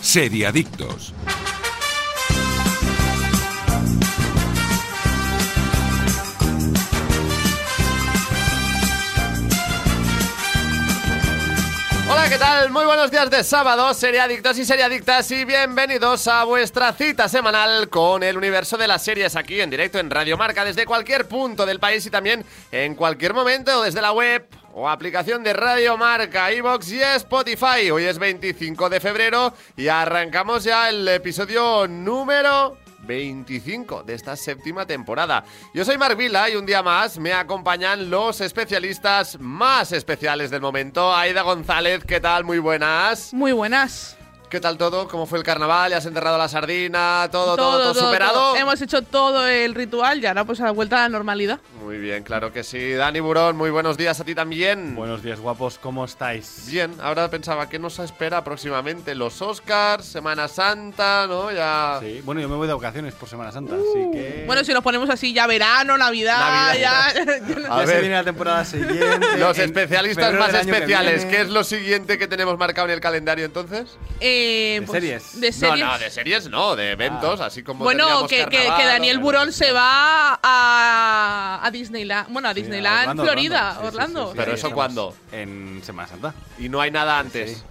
Seriadictos. Hola, ¿qué tal? Muy buenos días de sábado, seriadictos y seriadictas, y bienvenidos a vuestra cita semanal con el universo de las series aquí en directo en Radio Marca, desde cualquier punto del país y también en cualquier momento desde la web o aplicación de Radio Marca, iBox y Spotify. Hoy es 25 de febrero y arrancamos ya el episodio número 25 de esta séptima temporada. Yo soy Marc Vila y un día más me acompañan los especialistas más especiales del momento. Aida González, ¿qué tal? Muy buenas. Muy buenas. ¿Qué tal todo? ¿Cómo fue el carnaval? ¿Ya has enterrado la sardina? ¿Todo, todo, todo, superado? todo. Hemos hecho todo el ritual y ahora pues a la vuelta a la normalidad. Muy bien, claro que sí. Dani Burón, muy buenos días a ti también. Buenos días, guapos, ¿cómo estáis? Mm. Bien, ahora pensaba, ¿qué nos espera próximamente? Los Oscars, Semana Santa, ¿no? Ya... Sí, bueno, yo me voy de vacaciones por Semana Santa, Uh. así que. Bueno, si nos ponemos así ya verano, Navidad, ya... A Ya se ver. viene la temporada siguiente. Los en especialistas febrero más del año que especiales, viene. ¿qué es lo siguiente que tenemos marcado en el calendario entonces? Eh, ¿De pues, series? De series. Ah. No, no, de series no, de eventos, así como bueno, teníamos que, que- carnaval, que Daniel ¿no? Burón se va a, a Disneyland. Bueno, a Sí, Disneyland, Orlando, Florida, sí, sí, Orlando. sí, sí, Pero sí, eso estamos ¿cuándo? En Semana Santa. Y no hay nada antes. Sí.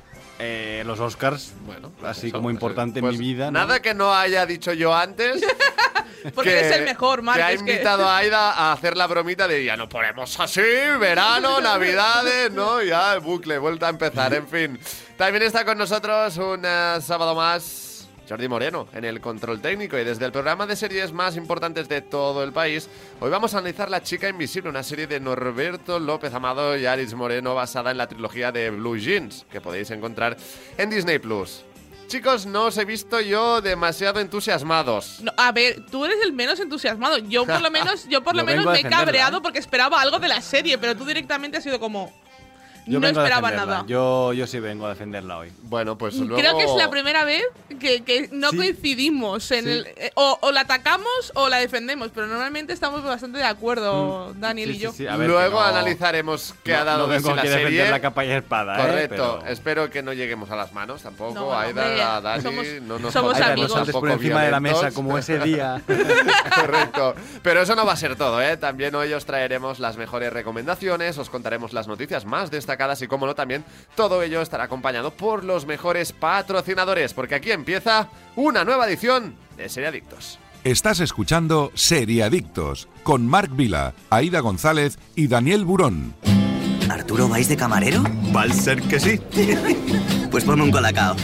Eh, los Oscars, bueno, pues así eso, como pues, importante pues en mi vida. ¿no? Nada que no haya dicho yo antes. Porque que- eres el mejor, Marc. Que ha es que- invitado a Aida a hacer la bromita de ya no ponemos así, verano, navidades, ¿no? Ya, el bucle, vuelta a empezar, en fin. También está con nosotros un eh, sábado más. Jordi Moreno, en el control técnico y desde el programa de series más importantes de todo el país, hoy vamos a analizar La chica invisible, una serie de Norberto López Amado y Aris Moreno basada en la trilogía de Blue Jeans, que podéis encontrar en Disney Plus. Chicos, no os he visto yo demasiado entusiasmados. No, a ver, tú eres el menos entusiasmado. Yo por lo menos, yo por lo Yo menos vengo a me he defenderla, cabreado ¿eh? porque esperaba algo de la serie, pero tú directamente has sido como Yo no vengo a ¿eh? esperaba defenderla. nada. Yo, yo sí vengo a defenderla hoy. Bueno, pues luego... Mm, Creo que es la primera vez que, que no Sí. coincidimos en Sí. el eh, o, o la atacamos o la defendemos, pero normalmente estamos bastante de acuerdo Daniel Mm. Sí, y sí, yo. sí, a ver, Luego que no- analizaremos qué ha no- dado no de sí vengo la aquí a defender serie. la capa y espada, ¿eh? Correcto. Pero- Espero que no lleguemos a las manos tampoco. No, no, Aida, hombre, a Dani, somos- no nos somos Ay, pongamos Carlos, Pues amigos. antes por tampoco encima de la violentos. mesa, como ese día. Correcto. Pero eso no va a ser todo, ¿eh? También hoy os traeremos las mejores recomendaciones, os contaremos las noticias más destacadas y, como no, también todo ello estará acompañado por los mejores patrocinadores, porque aquí empieza una nueva edición de Seriadictos. Estás escuchando Seriadictos con Marc Vila, Aida González y Daniel Burón. ¿Arturo vais de camarero? Va a ser que sí. Pues ponme un colacao.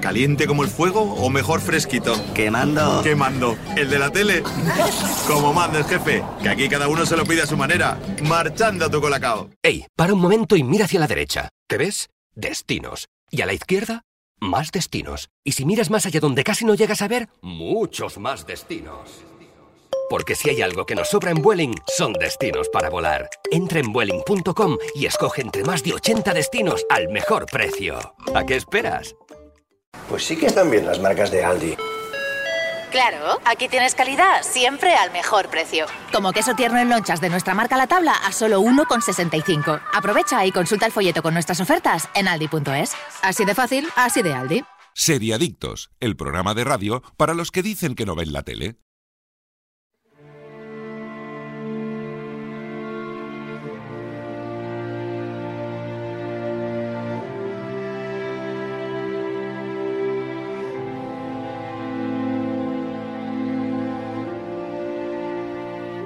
Caliente como el fuego o mejor fresquito. Quemando. ¿Qué mando? ¿El de la tele? Como manda el jefe, que aquí cada uno se lo pide a su manera, marchando a tu colacao. Ey, para un momento y mira hacia la derecha. ¿Te ves? Destinos. Y a la izquierda, más destinos. Y si miras más allá donde casi no llegas a ver, muchos más destinos. Porque si hay algo que nos sobra en Vueling, son destinos para volar. Entra en Vueling.com y escoge entre más de 80 destinos al mejor precio. ¿A qué esperas? Pues sí que están bien las marcas de Aldi. Claro, aquí tienes calidad, siempre al mejor precio. Como queso tierno en lonchas de nuestra marca La Tabla a solo 1,65. Aprovecha y consulta el folleto con nuestras ofertas en aldi.es. Así de fácil, así de Aldi. Seriadictos, el programa de radio para los que dicen que no ven la tele.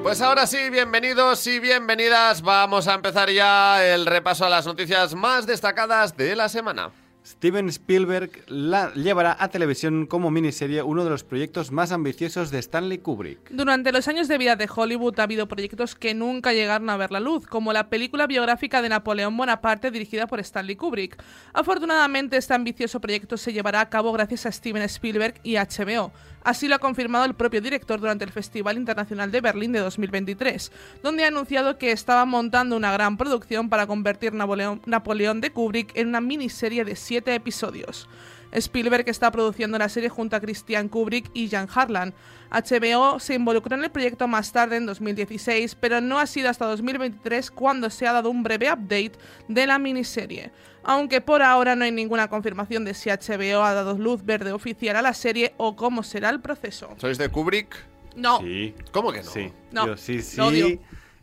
Pues ahora sí, bienvenidos y bienvenidas. Vamos a empezar ya el repaso a las noticias más destacadas de la semana. Steven Spielberg la llevará a televisión como miniserie uno de los proyectos más ambiciosos de Stanley Kubrick. Durante los años de vida de Hollywood ha habido proyectos que nunca llegaron a ver la luz, como la película biográfica de Napoleón Bonaparte dirigida por Stanley Kubrick. Afortunadamente, este ambicioso proyecto se llevará a cabo gracias a Steven Spielberg y HBO. Así lo ha confirmado el propio director durante el Festival Internacional de Berlín de 2023, donde ha anunciado que estaba montando una gran producción para convertir Napoleón, Napoleón de Kubrick en una miniserie de siete episodios. Spielberg está produciendo la serie junto a Christian Kubrick y Jan Harlan. HBO se involucró en el proyecto más tarde, en 2016, pero no ha sido hasta 2023 cuando se ha dado un breve update de la miniserie. Aunque por ahora no hay ninguna confirmación de si HBO ha dado luz verde oficial a la serie o cómo será el proceso. ¿Sois de Kubrick? No. Sí. ¿Cómo que no? Sí. No, Yo sí, sí. lo odio.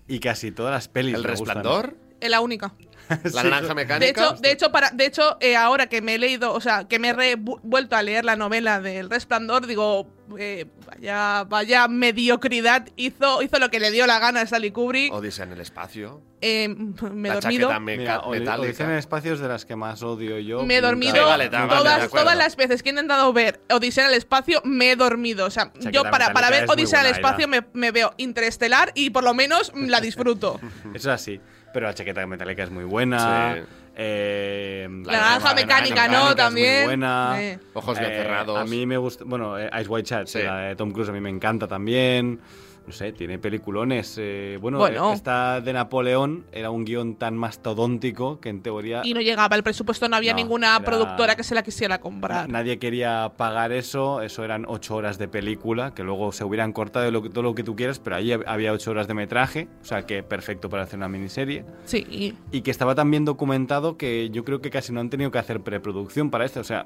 Y casi todas las pelis. ¿El me gustan. resplandor? Es la única. ¿La Sí. naranja De mecánica? hecho, de hecho, para, de hecho eh, ahora que me he leído, o sea, que me he re- vu- vuelto a leer la novela del Resplandor, digo, eh, vaya, vaya mediocridad, hizo, hizo lo que le dio la gana a Stanley Kubrick. Odisea en el espacio. Eh, me he Oh, la dormido. chaqueta meca- Mira, Odi- Odisea en metálica. espacios de las que más odio yo. Me he Nunca- dormido Sí, vale, ta- vale, de todas, acuerdo. todas las veces que he intentado ver Odisea en el espacio, me he dormido. O sea, Chaqueta yo para, para metálica ver es muy Odisea en el buena, espacio me, me veo interestelar y por lo menos mm, la disfruto. Eso es así. Pero la chaqueta metálica es muy buena. Sí. Eh, la naranja mecánica, mecánica ¿no? es También. Muy buena. Eh. Ojos bien Eh, cerrados. A mí me gusta. Bueno, eh, Ice White Chat, Sí. la de Tom Cruise, a mí me encanta también. No sé, tiene peliculones. eh, bueno, Bueno. eh, esta de Napoleón era un guión tan mastodóntico que en teoría Y no llegaba, el presupuesto no había No, ninguna era- productora que se la quisiera comprar. nadie quería pagar eso. Eso eran ocho horas de película que luego se hubieran cortado lo que- todo lo que tú quieras, pero ahí hab- había ocho horas de metraje. O sea que perfecto para hacer una miniserie. Sí, y- y que estaba tan bien documentado que yo creo que casi no han tenido que hacer preproducción para esto. O sea,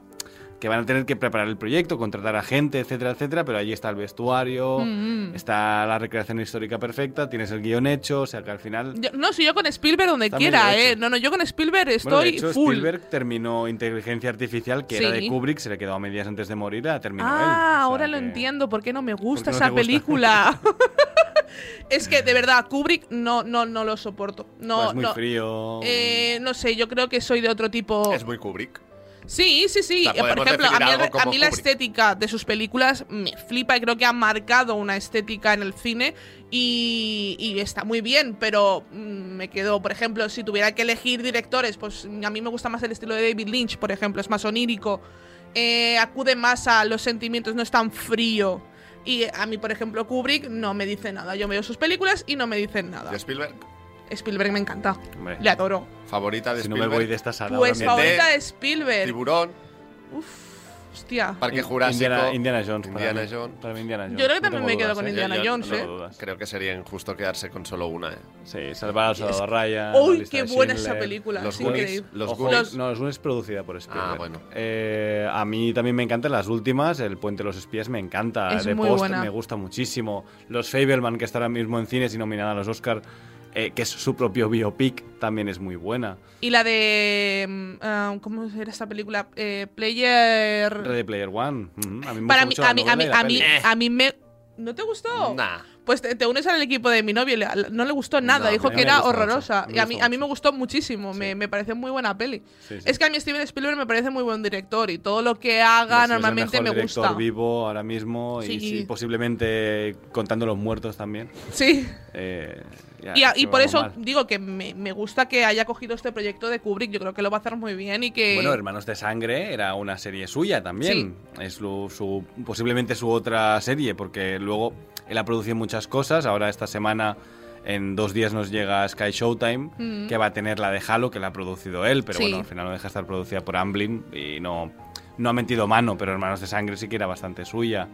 que van a tener que preparar el proyecto, contratar a gente, etcétera, etcétera, pero allí está el vestuario, Mm, mm. está la recreación histórica perfecta, tienes el guión hecho, o sea que al final... Yo- no, si yo con Spielberg donde Está quiera, medio eh. hecho. No, no, yo con Spielberg estoy bueno, de hecho, full. Spielberg terminó Inteligencia Artificial, que era Sí. de Kubrick, se le quedó a medias antes de morir, la terminó él. Ah, O sea ahora lo que- entiendo. ¿Por qué no me gusta ¿Por qué no esa te gusta? película? es que de verdad, Kubrick no, no, no lo soporto. No, es muy no. frío. Eh, no sé, yo creo que soy de otro tipo. Es muy Kubrick. Sí, sí, sí. O sea, Por podemos ejemplo, a mí, definir el- algo a como mí la Kubrick. estética de sus películas me flipa y creo que ha marcado una estética en el cine y, y está muy bien, pero mm, me quedo, por ejemplo, si tuviera que elegir directores, pues a mí me gusta más el estilo de David Lynch, por ejemplo, es más onírico, eh, acude más a los sentimientos, no es tan frío. Y a mí, por ejemplo, Kubrick no me dice nada. Yo veo sus películas y no me dicen nada. Ah. ¿De Spielberg? Spielberg me encanta. Hombre, Le adoro. ¿Favorita de si no me Spielberg? voy de esta sala. ahora Pues mismo. favorita de Spielberg. Tiburón, Uf, hostia. Parque In- Jurásico. Indiana, Indiana Jones. para Indiana mí. Jones. Para mí Indiana Jones. creo que No también tengo me quedo dudas, con ¿eh? Indiana Yo- yo Jones, no ¿eh? tengo dudas. Creo que sería injusto quedarse con solo una. ¿eh? Sí, salvar al soldado Ryan. la Uy, Ah, lista qué de buena Schindler. esa película. Los es Goonies. increíble. Los Ojo, Goonies. No, los Goonies producida por Spielberg. Ah, bueno. Eh, a mí también me encantan las últimas. El Puente de los Espías me encanta. Es The muy Post buena. me gusta muchísimo. Los Fableman, que está ahora mismo en cines y nominada a los Oscar, eh, que es su propio biopic, también es muy buena. Y la de. mm, ah, ¿Cómo era esta película? Eh, Player. Ready Player One. ujú, A mí me Para mí, gusta mucho la a mí, a novela mí, y la a mí, peli. a mí me. ¿No te gustó? Nah. Pues te, te unes al equipo de mi novio, y le- no le gustó nada, No, dijo a mí que me era gusta mucho, horrorosa. a mí y me a mí, gusta a mí me mucho. gustó muchísimo, me, me pareció muy buena peli. Sí, sí. Es que a mí Steven Spielberg me parece muy buen director y todo lo que haga Sí, es el normalmente mejor me director gusta. vivo ahora mismo Sí. y sí, posiblemente contando los muertos también. Sí. Eh, ya, Y, a- y que por vamos eso mal. digo que me, me gusta que haya cogido este proyecto de Kubrick. Yo creo que lo va a hacer muy bien y que. Bueno, Hermanos de Sangre era una serie suya también. Es lo- su, posiblemente su otra serie, porque luego él ha producido muchas cosas. Ahora esta semana, en dos días, nos llega Sky Showtime, Mm. que va a tener la de Halo, que la ha producido él, pero Sí. bueno, al final no deja de estar producida por Amblin y no, no ha metido mano, pero Hermanos de Sangre sí que era bastante suya.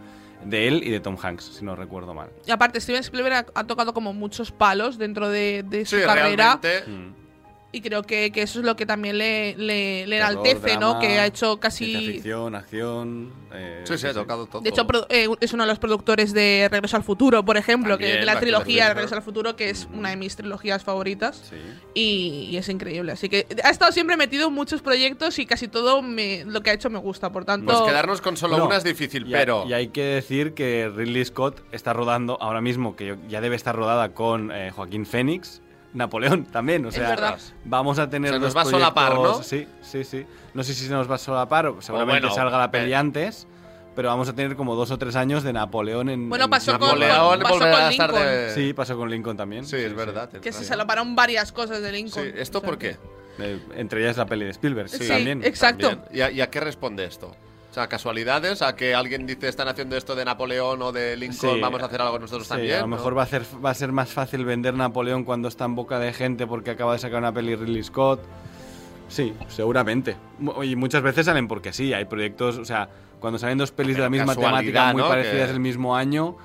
De él y de Tom Hanks, si no recuerdo mal. Y aparte, Steven Spielberg ha, ha tocado como muchos palos dentro de, de su Sí, carrera. realmente. Mm. Y creo que, que eso es lo que también le, le, le Terror, enaltece, ¿no? drama, Que ha hecho ciencia casi. ficción, acción. eh, Sí, sí, ha tocado todo. Pues De hecho, pro- eh, es uno de los productores de Regreso al Futuro, por ejemplo, que También, de la Back to the trilogía de Future. Regreso al Futuro, que es una de mis trilogías favoritas. Sí. Y, y es increíble. Así que ha estado siempre metido en muchos proyectos y casi todo me- lo que ha hecho me gusta. Por tanto. Pues quedarnos con solo No. una es difícil, Y ha- pero. Y hay que decir que Ridley Scott está rodando ahora mismo, que ya debe estar rodada con eh, Joaquín Fénix, Napoleón también. O sea, verdad. vamos a tener. Se nos dos va a solapar, proyectos- ¿no? Sí, sí, sí. No sé si se nos va a solapar, o seguramente bueno, salga la peli eh. antes, pero vamos a tener como dos o tres años de Napoleón en. Bueno, en- pasó con- Napoleón pasó volverá con a estar de. Sí, pasó con Lincoln también. Sí, es verdad. Que es se verdad. salvaron varias cosas de Lincoln. Sí, ¿esto O sea por que- qué? Eh, entre ellas la peli de Spielberg. Sí, también. exacto. también. ¿Y a, y a qué responde esto? O sea, casualidades, a que alguien dice están haciendo esto de Napoleón o de Lincoln, Sí. vamos a hacer algo nosotros Sí, también. a lo mejor va, a hacer- va a ser más fácil vender Napoleón cuando está en boca de gente porque acaba de sacar una peli Ridley Scott. Sí, seguramente. Mu- Y muchas veces salen porque sí, hay proyectos, o sea, cuando salen dos pelis de la misma temática casualidad, muy ¿no? parecidas Que- el mismo año,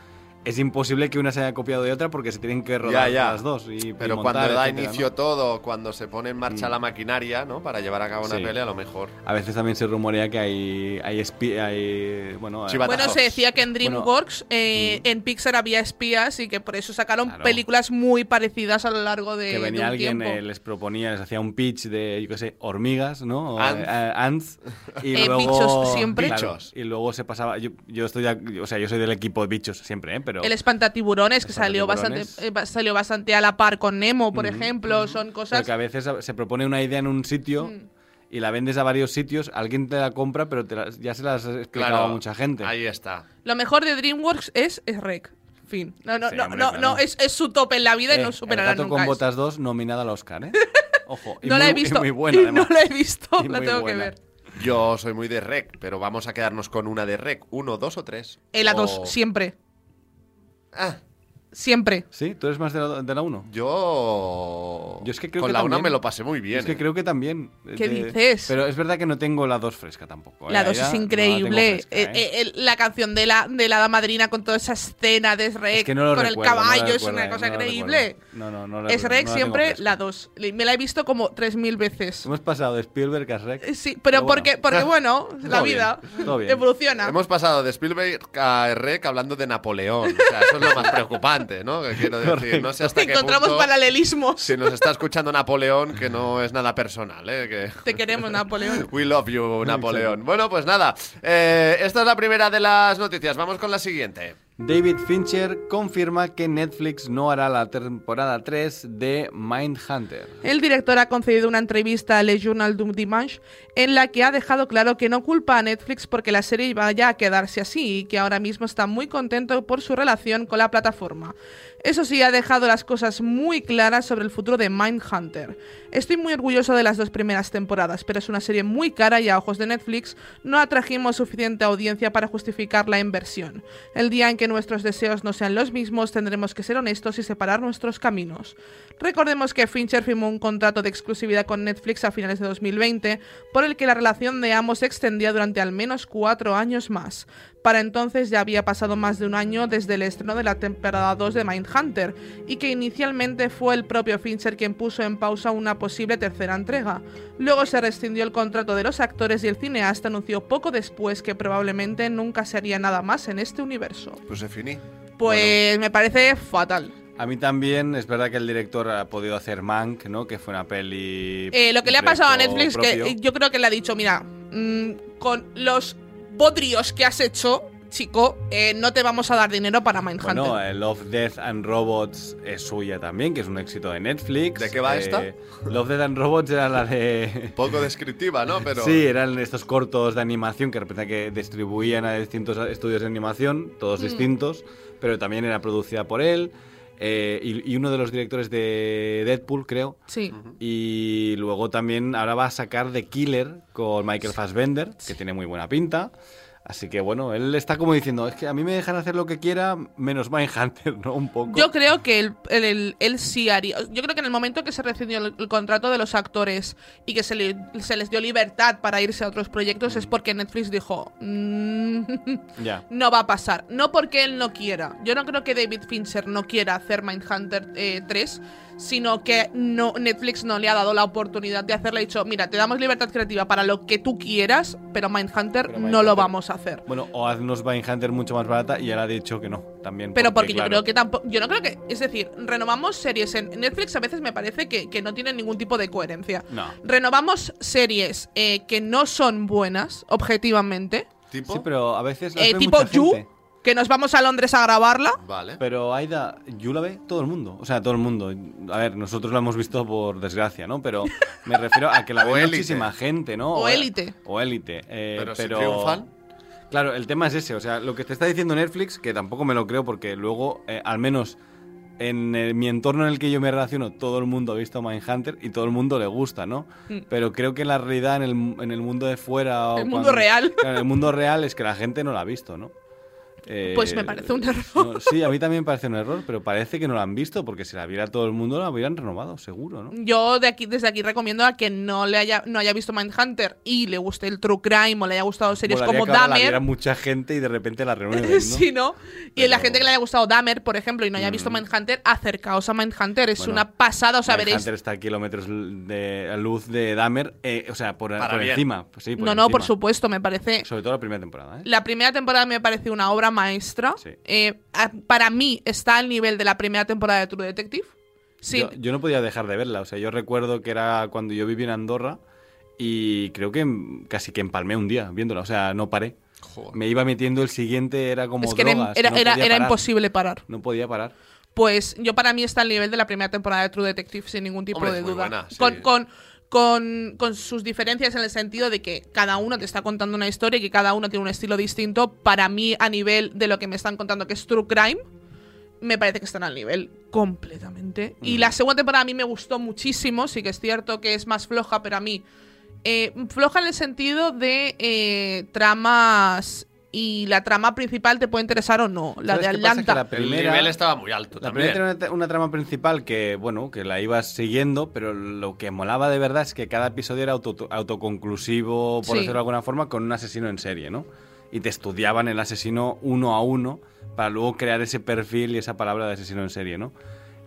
es imposible que una se haya copiado de otra porque se tienen que rodar ya. las dos. Y, y Pero montar, cuando da etcétera, ¿no? Mm. inicio todo, cuando se pone en marcha la maquinaria, ¿no? Para llevar a cabo una Sí. pelea, a lo mejor. A veces también se rumorea que hay, hay, espi- hay bueno, hay- Chivatajos. Bueno, se decía que en Bueno. mm. DreamWorks, eh, en Pixar había espías y que por eso sacaron Claro. películas muy parecidas a lo largo de, que de venía un alguien, tiempo. eh, les proponía, les hacía un pitch de, yo qué sé, hormigas, ¿no? O, Ants. eh, ants, y Eh, luego, bichos siempre. Claro, Bichos. y luego se pasaba. Yo, yo estoy, a- o sea, yo soy del equipo de bichos siempre, ¿eh? Pero El espantatiburones, que salió bastante, Espantatiburones. eh, Mm-hmm, ba- salió bastante a la par con Nemo, por ejemplo. Son cosas. Porque a veces se propone una idea en un sitio Mm. y la vendes a varios sitios, alguien te la compra, pero te la- ya se las has explicado a mucha gente. Ahí está. Lo mejor de DreamWorks es, es Rec. Fin. No, no, Sí, no, hombre, no, claro. no, es, es su tope en la vida y Eh, no el superará gato nunca. con eso. botas 2 nominada al Oscar, ¿eh? Ojo. y no la muy- he visto. Y muy buena, y además. no la he visto, Y la muy tengo que buena. ver. Yo soy muy de rec, pero vamos a quedarnos con una de rec. ¿Uno, dos o tres? El a dos, Oh. O- siempre. Ah, Siempre. Sí, tú eres más de la, de la 1. yo. Yo es que creo con que la una también. me lo pasé muy bien. Es que eh. creo que también. ¿Qué eh, dices? Pero es verdad que no tengo la 2 fresca tampoco. ¿eh? La dos Ahí es ya no la increíble. tengo fresca, Eh, ¿eh? eh, el- la canción de la, de la hada madrina con toda esa escena de Shrek Es que no lo eh, con recuerdo, el no lo caballo es recuerdo, una eh, cosa no lo increíble. recuerdo. No, no, no la- Es Shrek no la tengo siempre fresca. la 2. Me la he visto como 3.000 veces. Hemos pasado de Spielberg a Shrek. Eh, Sí, pero bueno. porque, porque bueno, la Todo bien, vida todo bien. evoluciona. Hemos pasado de Spielberg a rec hablando de Napoleón. O sea, eso es lo más preocupante, ¿no? Que quiero decir. No sé hasta qué Encontramos punto, paralelismos. Si nos está escuchando Napoleón, que no es nada personal, ¿eh? Que... Te queremos, Napoleón. We love you, Napoleón. Bueno, pues nada. eh, esta es la primera de las noticias. Vamos con la siguiente. David Fincher confirma que Netflix no hará la temporada 3 de Mindhunter. El director ha concedido una entrevista a Le Journal du Dimanche en la que ha dejado claro que no culpa a Netflix porque la serie vaya a quedarse así y que ahora mismo está muy contento por su relación con la plataforma. Eso sí, ha dejado las cosas muy claras sobre el futuro de Mindhunter. Estoy muy orgulloso de las dos primeras temporadas, pero es una serie muy cara y a ojos de Netflix no atrajimos suficiente audiencia para justificar la inversión. El día en que nuestros deseos no sean los mismos, tendremos que ser honestos y separar nuestros caminos. Recordemos que Fincher firmó un contrato de exclusividad con Netflix a finales de 2020, por el que la relación de ambos se extendía durante al menos cuatro años más. Para entonces ya había pasado más de un año desde el estreno de la temporada 2 de Mindhunter, y que inicialmente fue el propio Fincher quien puso en pausa una posible tercera entrega. Luego se rescindió el contrato de los actores y el cineasta anunció poco después que probablemente nunca se haría nada más en este universo. Pues se finí. Pues me parece fatal. A mí también es verdad que el director ha podido hacer Mank, ¿no? Que fue una peli. Eh, lo que le ha un pasado a proyecto Netflix, propio. que eh, yo creo que le ha dicho, mira, mm, con los podrios que has hecho, chico, eh, no te vamos a dar dinero para Mindhunter. Bueno, eh, Love, Death and Robots es suya también, que es un éxito de Netflix. ¿De qué va Eh, esta? Love, Death and Robots era la de. Poco descriptiva, ¿no? Pero Sí, eran estos cortos de animación que representa que distribuían a distintos estudios de animación, todos distintos, pero también era producida por él eh, y, y uno de los directores de Deadpool, creo. sí. Y luego también ahora va a sacar The Killer con Michael Fassbender, que tiene muy buena pinta. Así que bueno, él está como diciendo, es que a mí me dejan hacer lo que quiera, menos Mindhunter, ¿no? Un poco. Yo creo que él, él- él- él sí haría. Yo creo que en el momento que se rescindió el, el contrato de los actores y que se, le- se les dio libertad para irse a otros proyectos es porque Netflix dijo: "Mm, Ya. No va a pasar. No porque él no quiera. Yo no creo que David Fincher no quiera hacer Mindhunter eh, 3, sino que no, Netflix no le ha dado la oportunidad de hacerle. Ha dicho: Mira, te damos libertad creativa para lo que tú quieras, pero Mindhunter Pero no lo Mindhunter- vamos a hacer. Bueno, o haznos Mindhunter mucho más barata y ahora ha dicho que no, también. Pero porque, yo claro, creo que tampoco. Yo no creo que. Es decir, renovamos series en Netflix a veces me parece que, que no tienen ningún tipo de coherencia. No. Renovamos series eh, que no son buenas, objetivamente. tipo. Sí, pero a veces las eh, ve tipo mucha You, gente. que nos vamos a Londres a grabarla. Vale. Pero Aida, yo la ve todo el mundo. O sea, todo el mundo. A ver, nosotros la hemos visto por desgracia, ¿no? Pero me refiero a que la O ve Élite. muchísima gente, ¿no? O Élite. O élite. Eh, Pero pero si triunfan. Claro, el tema es ese. O sea, lo que te está diciendo Netflix, que tampoco me lo creo, porque luego, eh, al menos en eh, mi entorno en el que yo me relaciono, todo el mundo ha visto Mindhunter y todo el mundo le gusta, ¿no? Pero creo que la realidad en el, en el mundo de fuera. o Mm. El mundo real. Claro, el mundo real es que la gente no la ha visto, ¿no? Eh, Pues me parece un error. no, sí, a mí también me parece un error, pero parece que no lo han visto, porque si la viera todo el mundo la hubieran renovado, seguro, ¿no? Yo de aquí, desde aquí recomiendo a quien no le haya, no haya visto Mindhunter y le guste el True Crime o le haya gustado series Molaría como que ahora la viera Dahmer. mucha gente y de repente la renueven, ¿no? Sí, ¿no? Y la Pero- Mm. gente que le haya gustado Dahmer, por ejemplo, y no haya visto Mindhunter, acercaos a Mindhunter. Es Bueno, una pasada, o sea, veréis. Mindhunter está a kilómetros de a luz de Dahmer, eh, o sea, por, Para por bien. encima. pues sí, no, no, por encima. supuesto, me parece. Sobre todo la primera temporada, ¿eh? La primera temporada me parece una obra maestra. Sí. Eh, a- para mí está al nivel de la primera temporada de True Detective. Sí, Yo, yo no podía dejar de verla. O sea, yo recuerdo que era cuando yo vivía en Andorra y creo que mm, casi que empalmé un día viéndola. O sea, no paré. Me iba metiendo el siguiente, era como es que drogas, era, no era- era- podía era parar. imposible parar. No podía parar. Pues yo para mí está al nivel de la primera temporada de True Detective sin ningún tipo Hombre, de es muy duda. buena, sí. con, con, con, con sus diferencias en el sentido de que cada uno te está contando una historia y que cada uno tiene un estilo distinto. Para mí, a nivel de lo que me están contando, que es True Crime, me parece que están al nivel completamente. Y la segunda temporada a mí me gustó muchísimo. Sí que es cierto que es más floja, pero a mí. eh, floja en el sentido de eh, tramas. Y la trama principal te puede interesar o no. La ¿Sabes de qué pasa? Que Atlanta. la El primera- nivel estaba muy alto La también. primera tenía una, tra- una trama principal que, bueno, que la ibas siguiendo, pero lo que molaba de verdad es que cada episodio era auto- autoconclusivo, por Sí. decirlo de alguna forma, con un asesino en serie, ¿no? Y te estudiaban el asesino uno a uno para luego crear ese perfil y esa palabra de asesino en serie, ¿no?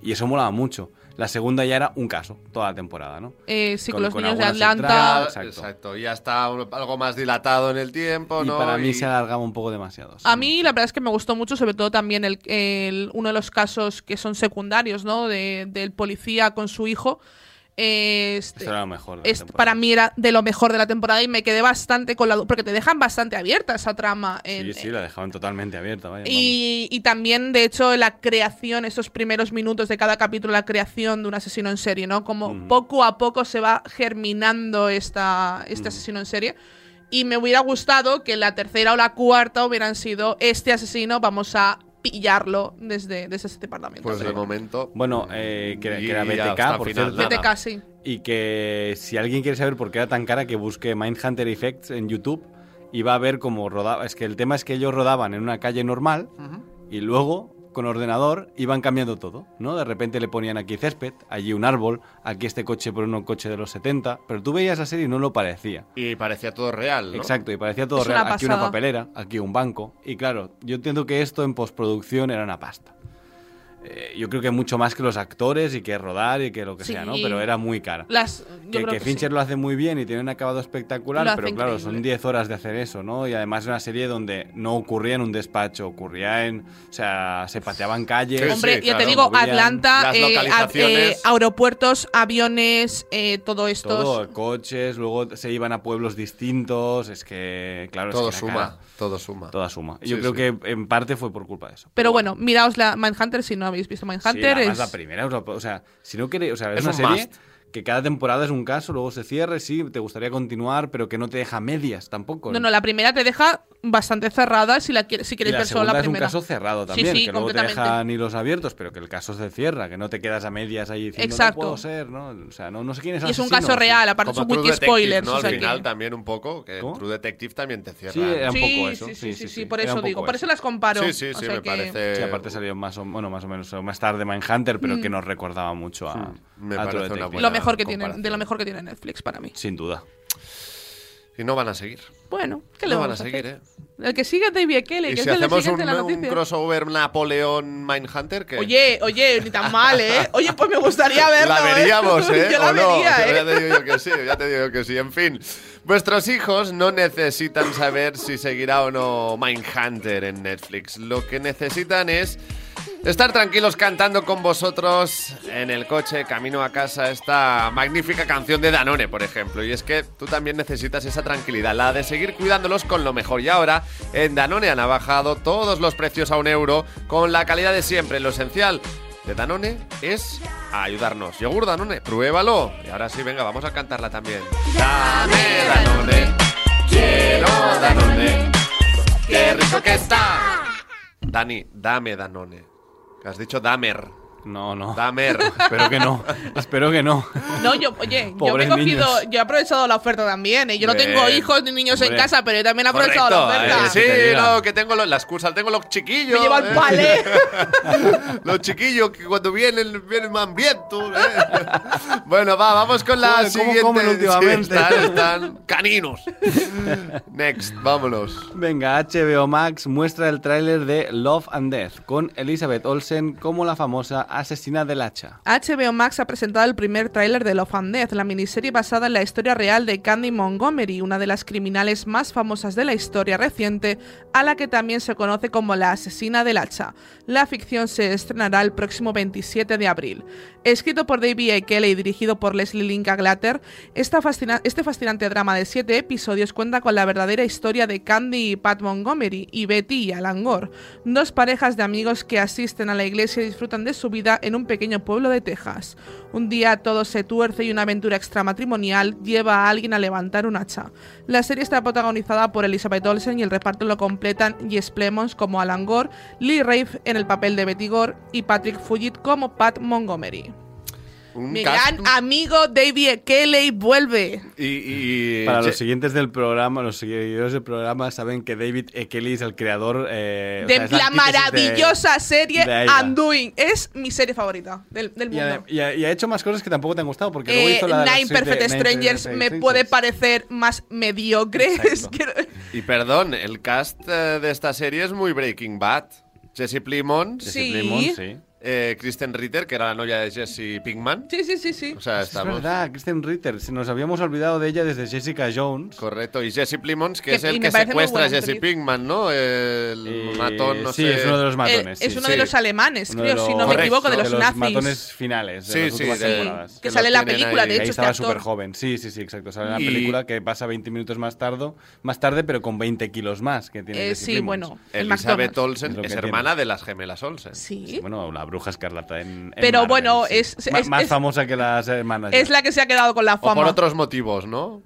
Y eso molaba mucho. La segunda ya era un caso, toda la temporada, ¿no? Eh, sí, Con- con, los con niños de algunas Atlanta. Ya, Exacto. exacto. ya está un- algo más dilatado en el tiempo, y ¿no? para mí Y- se alargaba un poco demasiado. sí. A mí la verdad es que me gustó mucho, sobre todo también el, el- uno de los casos que son secundarios, ¿no? De- del policía con su hijo. Eh, este- Esto era lo mejor. de la es- temporada. para mí era de lo mejor de la temporada y me quedé bastante con la du- porque te dejan bastante abierta esa trama. en- Sí, sí, la dejaban totalmente abierta, vaya. y, y también, de hecho, la creación, esos primeros minutos de cada capítulo, la creación de un asesino en serie, ¿no? Como poco a poco se va germinando esta, este asesino en serie. Y me hubiera gustado que la tercera o la cuarta hubieran sido este asesino, vamos a pillarlo desde, desde este departamento. Pues de momento. Bueno, eh, que, que era Y ya BTK, hasta por final, cierto. nada. Vete casi. Y que si alguien quiere saber por qué era tan cara, que busque Mindhunter Effects en YouTube y va a ver cómo rodaba. Es que el tema es que ellos rodaban en una calle normal y luego con ordenador iban cambiando todo, ¿no? De repente le ponían aquí césped, allí un árbol, aquí este coche por un coche de los 70, pero tú veías la serie y no lo parecía. Y parecía todo real, ¿no? Exacto, y parecía todo Es real. una Aquí una pasada. papelera, aquí un banco. Y claro, yo entiendo que esto en postproducción era una pasta. Eh, yo creo que mucho más que los actores y que rodar y que lo que sea, ¿no? Sí. Pero era muy cara. Las, yo que, creo que que sí. Fincher lo hace muy bien y tiene un acabado espectacular, Lo hace pero claro, son increíble. 10 horas de hacer eso, ¿no? Y además es una serie donde no ocurría en un despacho, ocurría en. O sea, se pateaban calles. Sí, Hombre, sí, ya claro, te digo, movían Atlanta, las eh, a- localizaciones. eh, aeropuertuos, aviones, eh, todo esto. Todo, coches, luego se iban a pueblos distintos. Es que, claro, es Todo que era suma, cara. todo suma. Toda suma. Y Sí, Yo creo sí. que en parte fue por culpa de eso. Pero bueno, miraos la Mindhunter si no habéis visto Sí, Mindhunter. además es... la primera, Europa- o sea, si no queréis, o sea, es, Es una un serie must. que cada temporada es un caso, luego se cierra, y sí, te gustaría continuar, pero que no te deja medias tampoco. No, no, la primera te deja bastante cerrada si, la quieres si Y quieres la ver solo segunda la es un primera. caso cerrado Sí, también, sí, que luego te completamente. dejan hilos abiertos, pero que el caso se cierra, que no te quedas a medias ahí diciendo Exacto. no puedo ser, ¿no? O sea, no, no sé quién es y es un asesino, caso sí. real, aparte Como son True wiki Detective, spoilers. ¿no? o sea Al que- final también un poco, que ¿Cómo? True Detective también te cierra. Sí, era un Sí, poco eso. sí, sí, sí, sí, por era eso un digo. poco Por eso las comparo. sí, sí, o sí, sea me que- parece. Sí, aparte salió más o, bueno, más o menos más tarde de Mindhunter, pero que nos recordaba mucho a, me a True parece una Detective. buena- Mm. Lo mejor que tiene, de lo comparación. mejor que tiene Netflix para mí. Sin duda. Y no van a seguir. Bueno, ¿qué le No van a vamos a seguir, hacer? ¿eh? El que sigue es David Kelly, Y que si es de lo hacemos siguiente un, en la un noticia. crossover Napoleón Mindhunter, que. Oye, oye, ni tan mal, ¿eh? Oye, pues me gustaría verlo. La ¿eh? veríamos, ¿eh? Yo la ¿O no? vería, ¿eh? Ya te digo yo que sí, ya te digo yo que sí. En fin, vuestros hijos no necesitan saber si seguirá o no Mindhunter en Netflix. Lo que necesitan es estar tranquilos cantando con vosotros en el coche, camino a casa, esta magnífica canción de Danone, por ejemplo. Y es que tú también necesitas esa tranquilidad, la de seguir cuidándolos con lo mejor. Y ahora, en Danone han bajado todos los precios a un euro con la calidad de siempre, lo esencial de Danone es ayudarnos. Yogur Danone, pruébalo. Y ahora sí, venga, vamos a cantarla también. Dame Danone, quiero Danone, qué rico que está. Dani, dame Danone. Que Has dicho damer. No, no. Damer. Espero que no. Espero que no. No, yo, oye, yo me he Pobres cogido, niños. yo he aprovechado la oferta también, ¿eh? Yo no tengo Bien. hijos ni niños en Hombre. casa, pero yo también he aprovechado Correcto. la eh, oferta. sí, Que te digan. no, que tengo los- la excusa, tengo los chiquillos. Me lleva eh. el palé. Los chiquillos que cuando vienen, vienen más hambrientos. ¿eh? Bueno, va, vamos con la Joder, ¿cómo siguiente. comen Sí, últimamente? están, están caninos. Next, vámonos. Venga, HBO Max muestra el tráiler de Love and Death con Elizabeth Olsen como la famosa asesina del hacha. HBO Max ha presentado el primer tráiler de Love and Death, la miniserie basada en la historia real de Candy Montgomery, una de las criminales más famosas de la historia reciente, a la que también se conoce como la asesina del hacha. La ficción se estrenará el próximo 27 de abril. Escrito por David A. Kelly y dirigido por Leslie Linka Glatter, esta fascina- este fascinante drama de siete episodios cuenta con la verdadera historia de Candy y Pat Montgomery y Betty y Alan Gore, dos parejas de amigos que asisten a la iglesia y disfrutan de su vida en un pequeño pueblo de Texas. Un día todo se tuerce y una aventura extramatrimonial lleva a alguien a levantar un hacha. La serie está protagonizada por Elizabeth Olsen y el reparto lo completan Jess Plemons como Alan Gore, Lee Rafe en el papel de Betty Gore y Patrick Fugit como Pat Montgomery. Un Mi cast- gran amigo David Kelly vuelve. y, y- y- Para los che- siguientes del programa, los seguidores del programa saben que David E. Kelly es el creador eh, o de sea, es la antítesis de- maravillosa serie de Aida. Undoing. Es mi serie favorita del, del Y ha, mundo. y ha- y ha hecho más cosas que tampoco te han gustado porque luego Eh, hizo la de las Nine seis de- Perfect Nine Strangers Perfect me Strangers. puede parecer más mediocre. Es que- Y perdón, el cast eh, de esta serie es muy Breaking Bad. Jesse Plimons, Sí. Plemons, sí. eh, Kristen Ritter, que era la novia de Jesse Pinkman. sí, sí, sí, sí. O sea, Es estamos. verdad, Kristen Ritter. Se nos habíamos olvidado de ella desde Jessica Jones. Correcto, y Jesse Plimons, que, Que- es el y me que parece muy secuestra a buena Jesse actriz. Pinkman, ¿no? El Eh, matón, no sí, sé. es uno de los Eh, matones. es sí. uno sí. de los alemanes, Uno de creo, si no me Correcto. equivoco, de los, nazis. matones finales de Sí, las sí, últimas de- temporadas. que los sale en la tienen película, ahí. de Ahí hecho, este estaba súper actor. joven. Sí, sí, sí, exacto. Sale en la Y- película que pasa 20 minutos más tarde, más tarde, pero con 20 kilos más que tiene. Eh, Jesse sí, Plemons. bueno. el Elizabeth McDonald's. Olsen Es lo es, que tiene. hermana de las gemelas Olsen. Sí, Sí. Bueno, la bruja escarlata en. en Pero Marvel, bueno, sí. es- Ma- es- más es- famosa que las hermanas. Es ya. la que se ha quedado con la O fama. por otros motivos, ¿no?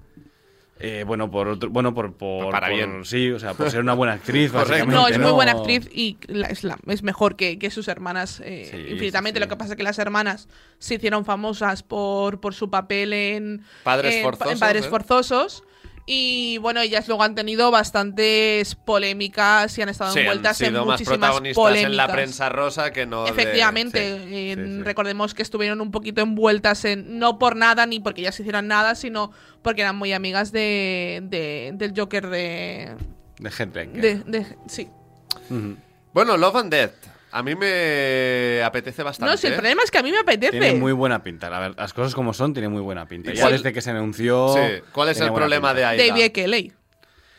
Eh, bueno, por otro, bueno, por, por- Para por- bien. Sí, o sea, por ser una buena actriz. Correcto. básicamente, No, es muy buena actriz y la- es, la- es mejor que, que sus hermanas eh, Sí, infinitamente. sí, sí. Lo que pasa es que las hermanas se hicieron famosas por, por su papel en Padres en- Forzosos, en Padres ¿eh? Forzosos. Y bueno, ellas luego han tenido bastantes polémicas y han estado Sí, han envueltas en sido más muchísimas protagonistas polémicas. en la prensa rosa que no. de- Efectivamente, sí. en- sí, sí. recordemos que estuvieron un poquito envueltas en no por nada ni porque ellas hicieran nada, sino porque eran muy amigas de, de- del Joker de, De Headbreaker. de, de- sí, Ujú. Bueno, Love and Death. A mí me apetece bastante. No, si el ¿eh? problema es que a mí me apetece. Tiene muy buena pinta, la verdad. Las cosas como son, tiene muy buena pinta. ¿Y Ya cuál- desde que se anunció. Sí, ¿Cuál es Oh, tiene el buena problema pinta. de Aida? David Kelly,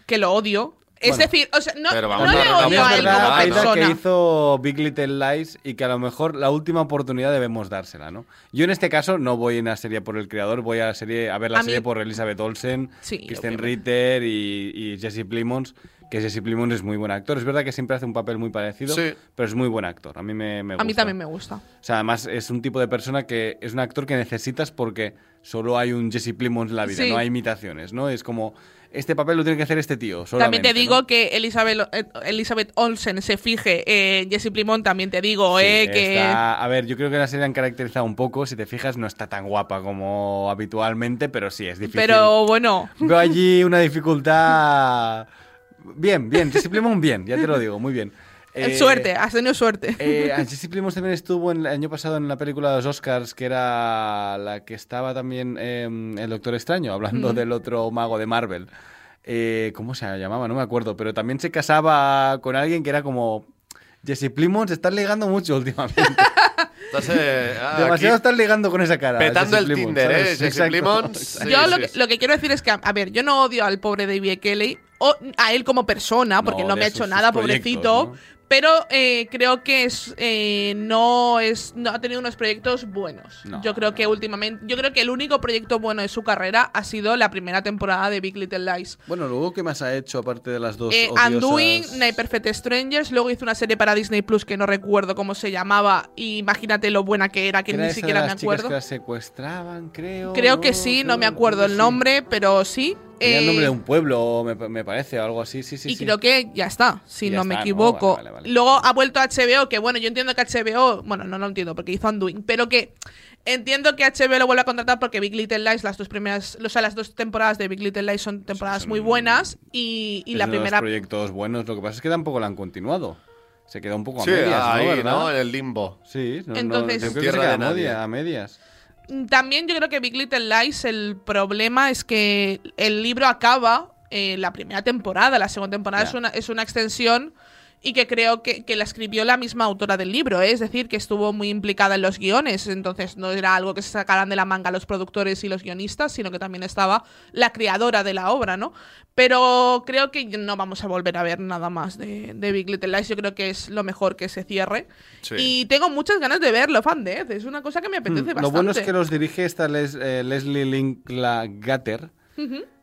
que lo odio. Es Bueno. decir, o sea, no, Pero no vamos a le darle odio También una a es él verdad, como oportunidad, Aida, que persona. hizo Big Little Lies y que a lo mejor la última oportunidad debemos dársela, ¿no? Yo en este caso no voy en la serie por el creador, voy a, la serie, a ver la A mí- serie por Elizabeth Olsen, Sí, Kristen obviamente. Ritter y, y Jesse Plimons, que Jesse Plimons es muy buen actor. Es verdad que siempre hace un papel muy parecido, Sí. pero es muy buen actor. A mí me, me gusta. A mí también me gusta. O sea, además es un tipo de persona que es un actor que necesitas porque solo hay un Jesse Plimons en la vida, Sí. no hay imitaciones, ¿no? Es como, este papel lo tiene que hacer este tío. También te solamente, digo ¿no? que Elizabeth, eh, Elizabeth Olsen se fije en Jesse Plimón, también te digo, Sí, eh, que... está- a ver, yo creo que la serie han caracterizado un poco. Si te fijas, no está tan guapa como habitualmente, pero sí, es difícil. Pero bueno, Veo allí una dificultad. Bien, bien, Jesse Plemons, bien, ya te lo digo, muy bien. Eh, suerte, has tenido suerte. Eh, Jesse Plemons también estuvo en- el año pasado en la película de los Oscars, que era la que estaba también eh, el Doctor Extraño, Mm. hablando del otro mago de Marvel. Eh, ¿Cómo se llamaba? No me acuerdo, pero también se casaba con alguien que era como... Jesse Plemons, estás ligando mucho últimamente. Estás, eh, ah, Demasiado aquí estás ligando con esa cara. petando Jesse el Plemons, Tinder, ¿eh? ¿sabes? Jesse Exacto. Plimons. sí, yo lo, sí, que, sí. lo que quiero decir es que, a ver, yo no odio al pobre David Kelly, o a él como persona, porque No, no, de me ha sus- hecho sus nada, proyectos, pobrecito. ¿no? Pero eh, creo que es eh, no es no ha tenido unos proyectos buenos. No, yo creo que últimamente, yo creo que el único proyecto bueno de su carrera ha sido la primera temporada de Big Little Lies. Bueno, luego, ¿qué más ha hecho aparte de las dos Eh, odiosas- Undoing, Nine Perfect Strangers, luego hizo una serie para Disney Plus que no recuerdo cómo se llamaba, y imagínate lo buena que era, que Era ni esa de siquiera me las chicas acuerdo. que las secuestraban, creo. Creo que sí, no me acuerdo el Sí. nombre, pero sí. Tenía el Eh, nombre de un pueblo, me, me parece, o algo así, sí, sí. y sí. creo que ya está, si Ya no me está, ¿no? equivoco. Vale, vale, vale. Luego ha vuelto HBO, que bueno, yo entiendo que HBO, bueno, no lo entiendo porque hizo Undoing, pero que entiendo que HBO lo vuelve a contratar porque Big Little Lies, las dos primeras, o sea, las dos temporadas de Big Little Lies son temporadas muy buenas y, y Es la uno de los primera proyectos buenos, lo que pasa es que tampoco la han continuado. Se quedó un poco a Sí, medias, ahí, ¿no? ¿no? ¿Verdad? En el limbo. Sí, no, no, Entonces- yo creo que Tierra se queda de a nadie. media- a medias. También yo creo que Big Little Lies, el problema es que el libro acaba eh, la primera temporada, la segunda temporada Ya. es, una, es una extensión y que creo que, que la escribió la misma autora del libro, ¿eh? es decir, que estuvo muy implicada en los guiones, entonces no era algo que se sacaran de la manga los productores y los guionistas, sino que también estaba la creadora de la obra, ¿no? Pero creo que no vamos a volver a ver nada más de, de Big Little Lies, yo creo que es lo mejor que se cierre. Sí. Y tengo muchas ganas de verlo, fan de es una cosa que me apetece Mm, bastante. Lo bueno es que los dirige esta Les- eh, Leslie Linklater,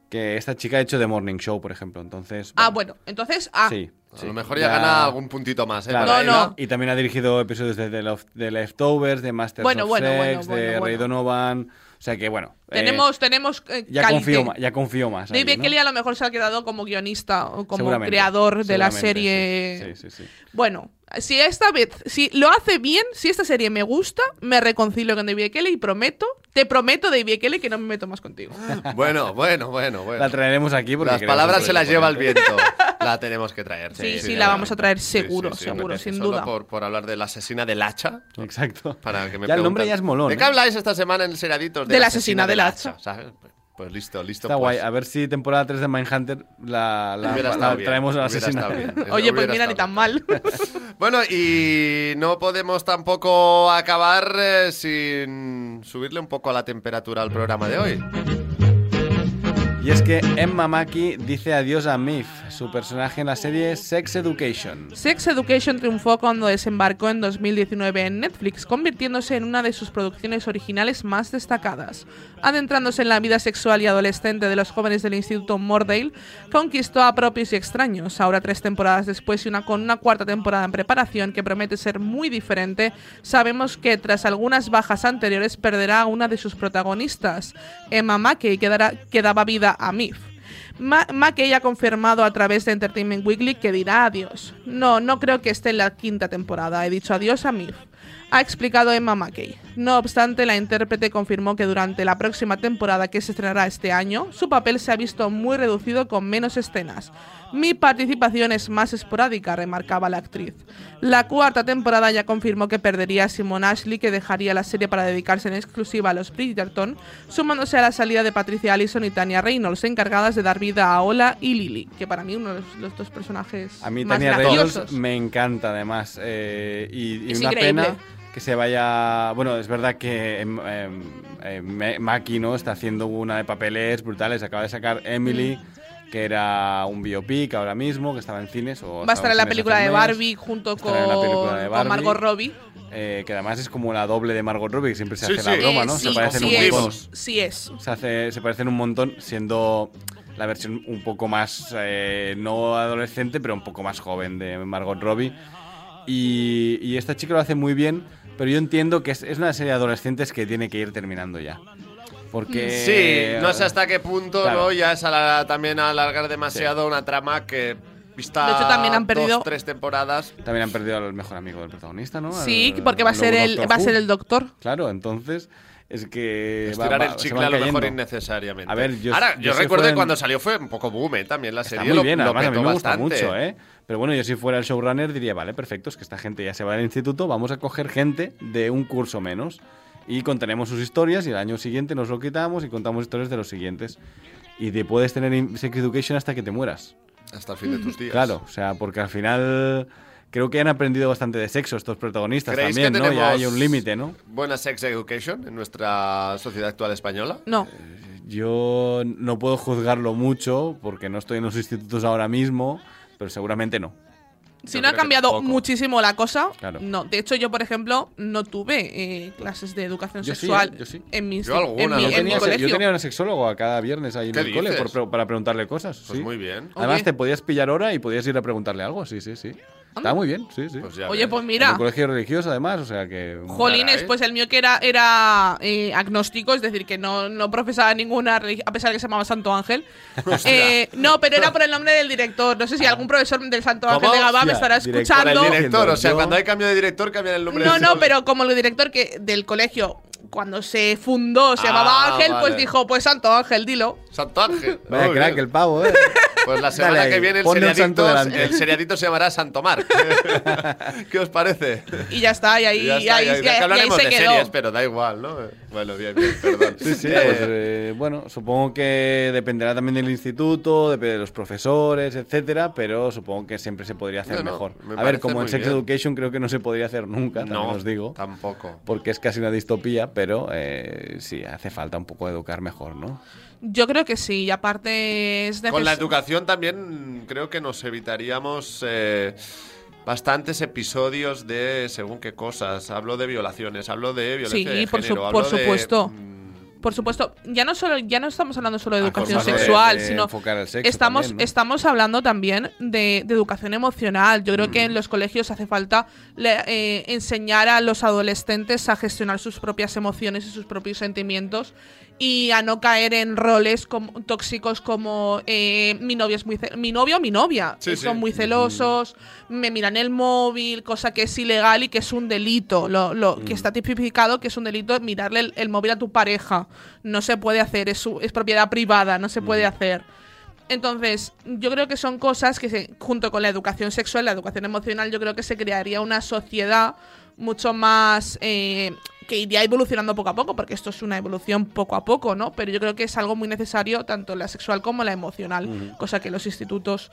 que esta chica ha hecho The Morning Show, por ejemplo. Entonces, Ah, bueno, entonces. Ah, Sí, A sí. lo mejor ya, Ya- gana algún puntito más, ¿eh? claro. Por ahí, No, no. Y también ha dirigido episodios de, The Lof- de Leftovers, de Masters Bueno, of bueno, bueno, Sex, de bueno, Ray bueno. Donovan. O sea que, bueno. eh, tenemos, tenemos. eh, ya, calité. confío, ma- ya confío más. ahí, David ¿no? Kelly a lo mejor se ha quedado como guionista o como Seguramente, creador de la seguramente, serie. Sí, sí, sí. sí. Bueno, si esta vez, si lo hace bien, si esta serie me gusta, me reconcilio con David Kelly y prometo, te prometo, David Kelly, que no me meto más contigo. Ah, Bueno, bueno, bueno, bueno. La traeremos aquí porque las queremos palabras un se las lleva el proyecto. viento. La tenemos que traer. Sí, sí, la vamos a traer seguro, seguro, apetece. sin Solo duda. Por, por hablar de la asesina del hacha. Exacto. Para que me ya el nombre preguntan, ya es molón. ¿De qué ¿eh? habláis esta semana en el Seraditos? De la asesina del hacha. ¿sabes? Pues listo, listo. Está pues. guay. A ver si temporada 3 de Mindhunter la, la, Hubiera la estado bien, traemos a la hubiera asesina. estado bien. Oye, pues Hubiera mira, ni estado bien. tan mal. Bueno, y no podemos tampoco acabar eh, sin subirle un poco a la temperatura al programa de hoy. Y es que Emma Mackey dice adiós a Miff, su personaje en la serie Sex Education. Sex Education triunfó cuando desembarcó en 2019 en Netflix, convirtiéndose en una de sus producciones originales más destacadas. Adentrándose en la vida sexual y adolescente de los jóvenes del Instituto Mordale, conquistó a propios y extraños. Ahora tres temporadas después y una con una cuarta temporada en preparación que promete ser muy diferente, sabemos que tras algunas bajas anteriores perderá a una de sus protagonistas, Emma Mackey, que, dará- que daba vida a Miff. Ma Mackey ha confirmado a través de Entertainment Weekly que dirá adiós. No, no creo que esté en la quinta temporada. He dicho adiós a Miff. Ha explicado Emma Mackey. No obstante, la intérprete confirmó que durante la próxima temporada que se estrenará este año, su papel se ha visto muy reducido con menos escenas. Mi participación es más esporádica, remarcaba la actriz. La cuarta temporada ya confirmó que perdería a Simone Ashley, que dejaría la serie para dedicarse en exclusiva a los Bridgerton, sumándose a la salida de Patricia Allison y Tania Reynolds, encargadas de dar vida a Ola y Lily, que para mí uno de los, los dos personajes A mí más Tania graciosos. Reynolds me encanta además. eh, y y Es una increíble. pena que se vaya... Bueno, es verdad que em, em, eh, Me- Mackey ¿no? está haciendo una de papeles brutales. Acaba de sacar Emily, que era un biopic ahora mismo, que estaba en cines. O Mm. Va a estaba estar en la cines película hace de un mes. Barbie junto con, Estará en la película de con Barbie. Margot Robbie. Eh, que además es como la doble de Margot Robbie, que siempre se Sí, hace sí. la broma, Eh, ¿no? sí, se parecen sí un montón. es, sí es. Se, hace- se parecen un montón, siendo la versión un poco más, eh, no adolescente, pero un poco más joven de Margot Robbie. Y, y esta chica lo hace muy bien, pero yo entiendo que es, es una serie de adolescentes que tiene que ir terminando ya. Porque... Mm, sí, no sé hasta qué punto Eh, claro. ¿no? ya es alar- también alargar demasiado una trama que vista De hecho, también han dos, perdido- tres temporadas. También han perdido al mejor amigo del protagonista, ¿no? Sí, Al- porque va a al ser el, Doctor va a Who. ser el doctor. Claro, entonces es que... va- Estirar va- pues el se chicle van a lo mejor cayendo. innecesariamente. A ver, yo- Ahora, yo yo, si recuerdo fuera que en- cuando salió fue un poco boom, ¿eh? también la serie. Está muy lo, bien, lo además a mí petó me gusta bastante. mucho, ¿eh? Pero bueno, yo si fuera el showrunner diría, vale, perfecto, es que esta gente ya se va del instituto, vamos a coger gente de un curso menos y contaremos sus historias y el año siguiente nos lo quitamos y contamos historias de los siguientes. Y te puedes tener in- Sex Education hasta que te mueras. Hasta el fin de tus días. Claro, o sea, porque al final creo que han aprendido bastante de sexo estos protagonistas ¿Creéis también, que ¿no? Ya tenemos hay un límite, ¿no? Buena sex education en nuestra sociedad actual española. No. Yo no puedo juzgarlo mucho porque no estoy en los institutos ahora mismo, pero seguramente no. Si Yo no ha creo que cambiado tampoco. muchísimo la cosa, Claro. no. De hecho, yo, por ejemplo, no tuve eh, clases de educación Yo sí, sexual ¿eh? Yo sí. en mi, Yo insti- alguna, en mi- yo en mi tenía se- colegio. Yo tenía una sexóloga cada viernes ahí en ¿Qué el cole dices? por- por- para preguntarle cosas. Pues sí. muy bien. Además, Oye. te podías pillar hora y podías ir a preguntarle algo. Sí, sí, sí. Está muy bien, sí, sí. Oye, ves. pues mira. En Un colegio religioso, además, o sea que. mm, Jolines, pues el mío que era, era eh, agnóstico, es decir, que no, no profesaba ninguna religión, a pesar de que se llamaba Santo Ángel. Eh, no, pero era por el nombre del director. No sé si algún profesor del Santo Ángel de Gabá me estará escuchando. el Ah. director, o sea, Yo- cuando hay cambio de director cambian el nombre No, del no, pero como el director que del colegio, cuando se fundó, se Ah, llamaba Ángel, vale. pues dijo, pues Santo Ángel, dilo. Santo Ángel. Vaya Muy crack bien. el pavo, ¿eh? Pues la Dale semana ahí, que viene el ponle un santo seriadicto, delante. el seriadicto se llamará Santo Mar. ¿Qué os parece? Y ya está, y ahí, Y ya y está, ahí, ya- ya y que ahí- y ahí hablaremos se de quedó. series, pero da igual, ¿no? Bueno, bien, bien, perdón. Sí, sí, Eh, pues, eh, bueno, supongo que dependerá también del instituto, dep- de los profesores, etcétera, pero supongo que siempre se podría hacer No, no, mejor. me a ver, parece como en muy Sex bien. Education creo que no se podría hacer nunca, también no, os digo, tampoco. porque es casi una distopía, pero eh, sí, hace falta un poco educar mejor, ¿no? Yo creo que sí, y aparte es Con la neces- educación también creo que nos evitaríamos eh, bastantes episodios de según qué cosas. Hablo de violaciones, hablo de violencia Sí, de por su- género, por hablo de, supuesto. mm, Por supuesto, ya no solo ya no estamos hablando solo de Ah, educación cosas de- sexual, de sino enfocar al sexo estamos también, ¿no? estamos hablando también de, de educación emocional. Yo creo que Mm. en los colegios hace falta le- eh, enseñar a los adolescentes a gestionar sus propias emociones y sus propios sentimientos y a no caer en roles como- tóxicos como eh, mi novio es muy ce- mi novio o mi novia Sí, eh, son sí. muy celosos, me miran el móvil, cosa que es ilegal y que es un delito, lo, lo- Mm. que está tipificado que es un delito mirarle el, el móvil a tu pareja. No se puede hacer, es, su- es propiedad privada, no se puede Mm. hacer. Entonces, yo creo que son cosas que se- junto con la educación sexual, la educación emocional, yo creo que se crearía una sociedad mucho más eh, que iría evolucionando poco a poco, porque esto es una evolución poco a poco, ¿no? Pero yo creo que es algo muy necesario, tanto la sexual como la emocional, cosa que los institutos,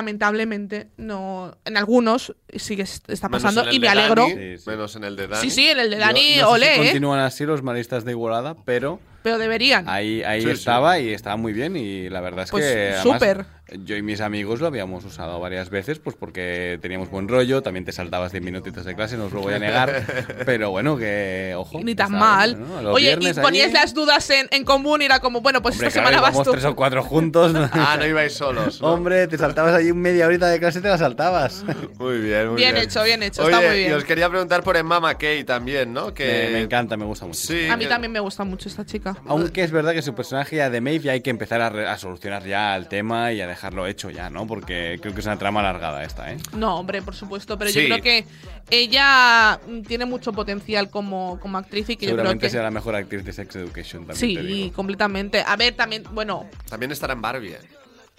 lamentablemente, no, en algunos sigue está menos pasando en el y de me alegro. Dani, Sí, sí. Menos en el de Dani. Sí, sí, en el de Dani, Yo- no sé si olé, ¿eh? continúan así los maristas de Igualada, pero Pero deberían. ahí, ahí Sí, sí. estaba y estaba muy bien y la verdad es Pues, que además, súper. yo y mis amigos lo habíamos usado varias veces pues porque teníamos buen rollo, también te saltabas 10 minutitos de clase, no os lo voy a negar, pero bueno, que ojo. Ni que tan está mal. bien, ¿no? Los Oye, y viernes ahí- poníais las dudas en, en común y era como, bueno, pues Hombre, esta claro, semana vas íbamos tú. tres o cuatro juntos. Ah, no ibais solos. ¿no? Hombre, te saltabas allí media horita de clase y te la saltabas. Muy bien, muy bien. Bien hecho, bien hecho, Oye, está muy bien. Y os quería preguntar por Mama Kay también, ¿no? Que Me, me encanta, me gusta mucho. Sí, A mí que- también me gusta mucho esta chica. Aunque es verdad que su personaje ya de Maeve ya hay que empezar a, re- a solucionar ya el tema y a dejarlo hecho ya, ¿no? Porque creo que es una trama alargada esta, ¿eh? No, hombre, por supuesto, pero Sí. yo creo que ella mm, tiene mucho potencial como, como actriz y que yo creo Seguramente que... será la mejor actriz de Sex Education también. te Sí, digo. completamente. A ver, también, bueno, También estará en Barbie. ¿eh?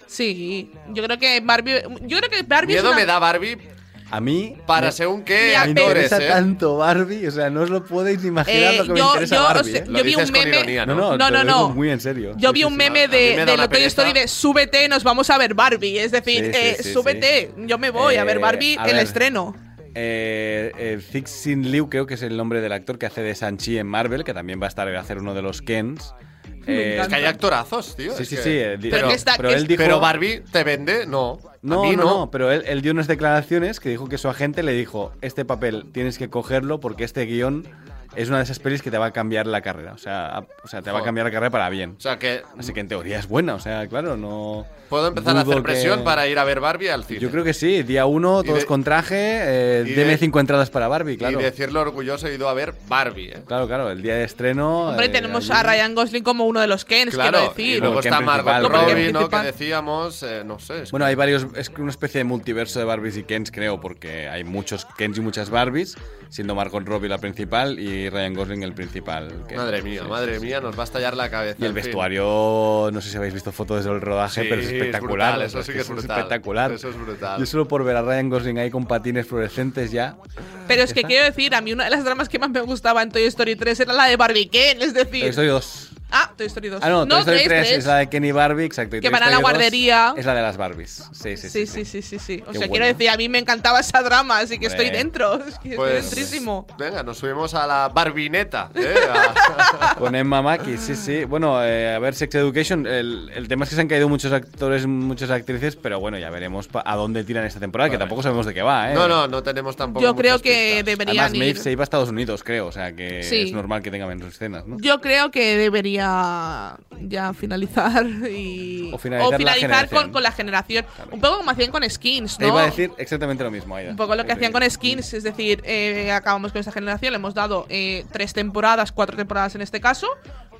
sí. Yo creo que Barbie... Yo creo que Barbie es Miedo una- me da Barbie A mí. para me- según qué Mira, me actores, interesa ¿eh? tanto Barbie, o sea, no os lo podéis ni imaginar Eh, lo que me yo- interesa yo, o Barbie. sea, ¿eh? Lo Yo vi dices un con meme- ironía, ¿no? No, no, No, te no, lo no. digo muy en serio. Yo Sí, vi sí, un sí. meme a mí de, me da de una la Toy pereza. Story de súbete, nos vamos a ver Barbie. Es decir, Sí, sí, eh, sí, sí. súbete, yo me voy a ver Eh, Barbie a en el ver. estreno. Eh, eh, Cixin Liu, creo que es el nombre del actor que hace de Sanchi en Marvel, que también va a estar a hacer uno de los Kens. Me Eh, Es que hay actorazos, tío. Sí, es sí, que- sí. eh, di- Pero que está- que él es- dijo. Pero Barbie te vende, no. A No, mí no, no, pero él, él dio unas declaraciones que dijo que su agente le dijo, este papel tienes que cogerlo porque este guión es una de esas pelis que te va a cambiar la carrera. O sea, a- o sea te va a Joder. cambiar la carrera para bien. O sea que Así que en teoría es buena, o sea, claro, no... puedo empezar a dudo hacer presión que- para ir a ver Barbie al cine. Yo creo que sí, día uno, Y todos de- con traje, eh, y de- deme cinco entradas para Barbie, claro. Y decirlo orgulloso, he ido a ver Barbie. ¿eh? Claro, claro, el día de estreno... Hombre, eh, tenemos allí- a Ryan Gosling como uno de los Kens, Claro, quiero y decir. luego Lo que está en Margot principal, lo que en Robbie, ¿no? Que principal. decíamos, eh, no sé. es Bueno, hay varios, es una especie de multiverso de Barbies y Kens, creo, porque hay muchos Kens y muchas Barbies, siendo Margot Robbie la principal y Ryan Gosling el principal. que- Ken. Madre mía, madre mía, nos va a estallar la cabeza. Y el en fin. vestuario, no sé si habéis visto fotos del rodaje, Sí, pero es es espectacular. brutal, o sea, eso sí es que es brutal, espectacular. eso es brutal. Yo solo por ver a Ryan Gosling ahí con patines fluorescentes ya. Pero es que quiero decir, a mí una de las dramas que más me gustaba en Toy Story 3 era la de Barbie Ken, es decir. Toy Story 2. Ah, Toy Story 2. Ah, no, Toy Story 3, tres, tres. es la de Kenny Barbie, exacto. y Que Toy van a la Story 2 guardería. Es la de las Barbies. Sí, sí, Sí, sí. sí, sí, sí, sí. O sea, Qué buena. quiero decir, a mí me encantaba esa drama, así que Hombre. estoy dentro. Es que Pues- estoy dentrísimo. Venga, nos subimos a la Barbineta. ¿eh? A- Con Emma Mackey, sí, sí. Bueno, eh, a ver, Sex Education. El, el tema es que se han caído muchos actores, muchas actrices, pero bueno, ya veremos pa- a dónde tiran esta temporada, que tampoco sabemos de qué va, ¿eh? No, no, no tenemos tampoco. Yo creo muchas que pistas. deberían Además, Maeve ir. se iba a Estados Unidos, creo, o sea que Sí. es normal que tenga menos escenas, ¿no? Yo creo que quería ya finalizar y. O finalizar la con, generación. con la generación. Un poco como hacían con skins, Te ¿no? E iba a decir exactamente lo mismo, Aida. Un poco lo que hacían con skins, es decir, eh, acabamos con esta generación, le hemos dado eh, tres temporadas, cuatro temporadas en este caso,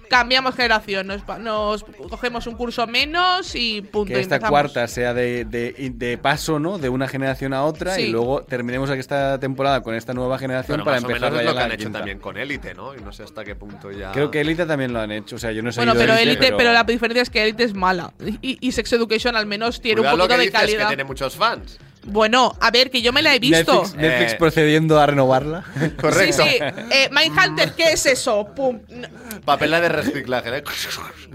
cambiamos generación, nos, pa- nos cogemos un curso menos y punto. Que y esta empezamos. cuarta sea de, de- de paso, ¿no? De una generación a otra Sí. y luego terminemos aquí esta temporada con esta nueva generación Bueno, para más o empezar menos es ya lo que la han hecho quinta. también Ah. con Élite, ¿no? Y no sé hasta qué punto ya. Creo que Elite también lo han hecho. O sea, yo no sé. Bueno, pero Elite, pero... la diferencia es que Elite es mala y, y Sex Education al menos tiene Cuidado un poquito lo que de dices, calidad. que tiene muchos fans. Bueno, a ver, que yo me la he visto. Netflix, Netflix Eh. procediendo a renovarla. Correcto. Sí, sí. Eh, Mindhunter, ¿qué es eso? Pum. No. Papel de reciclaje, ¿eh?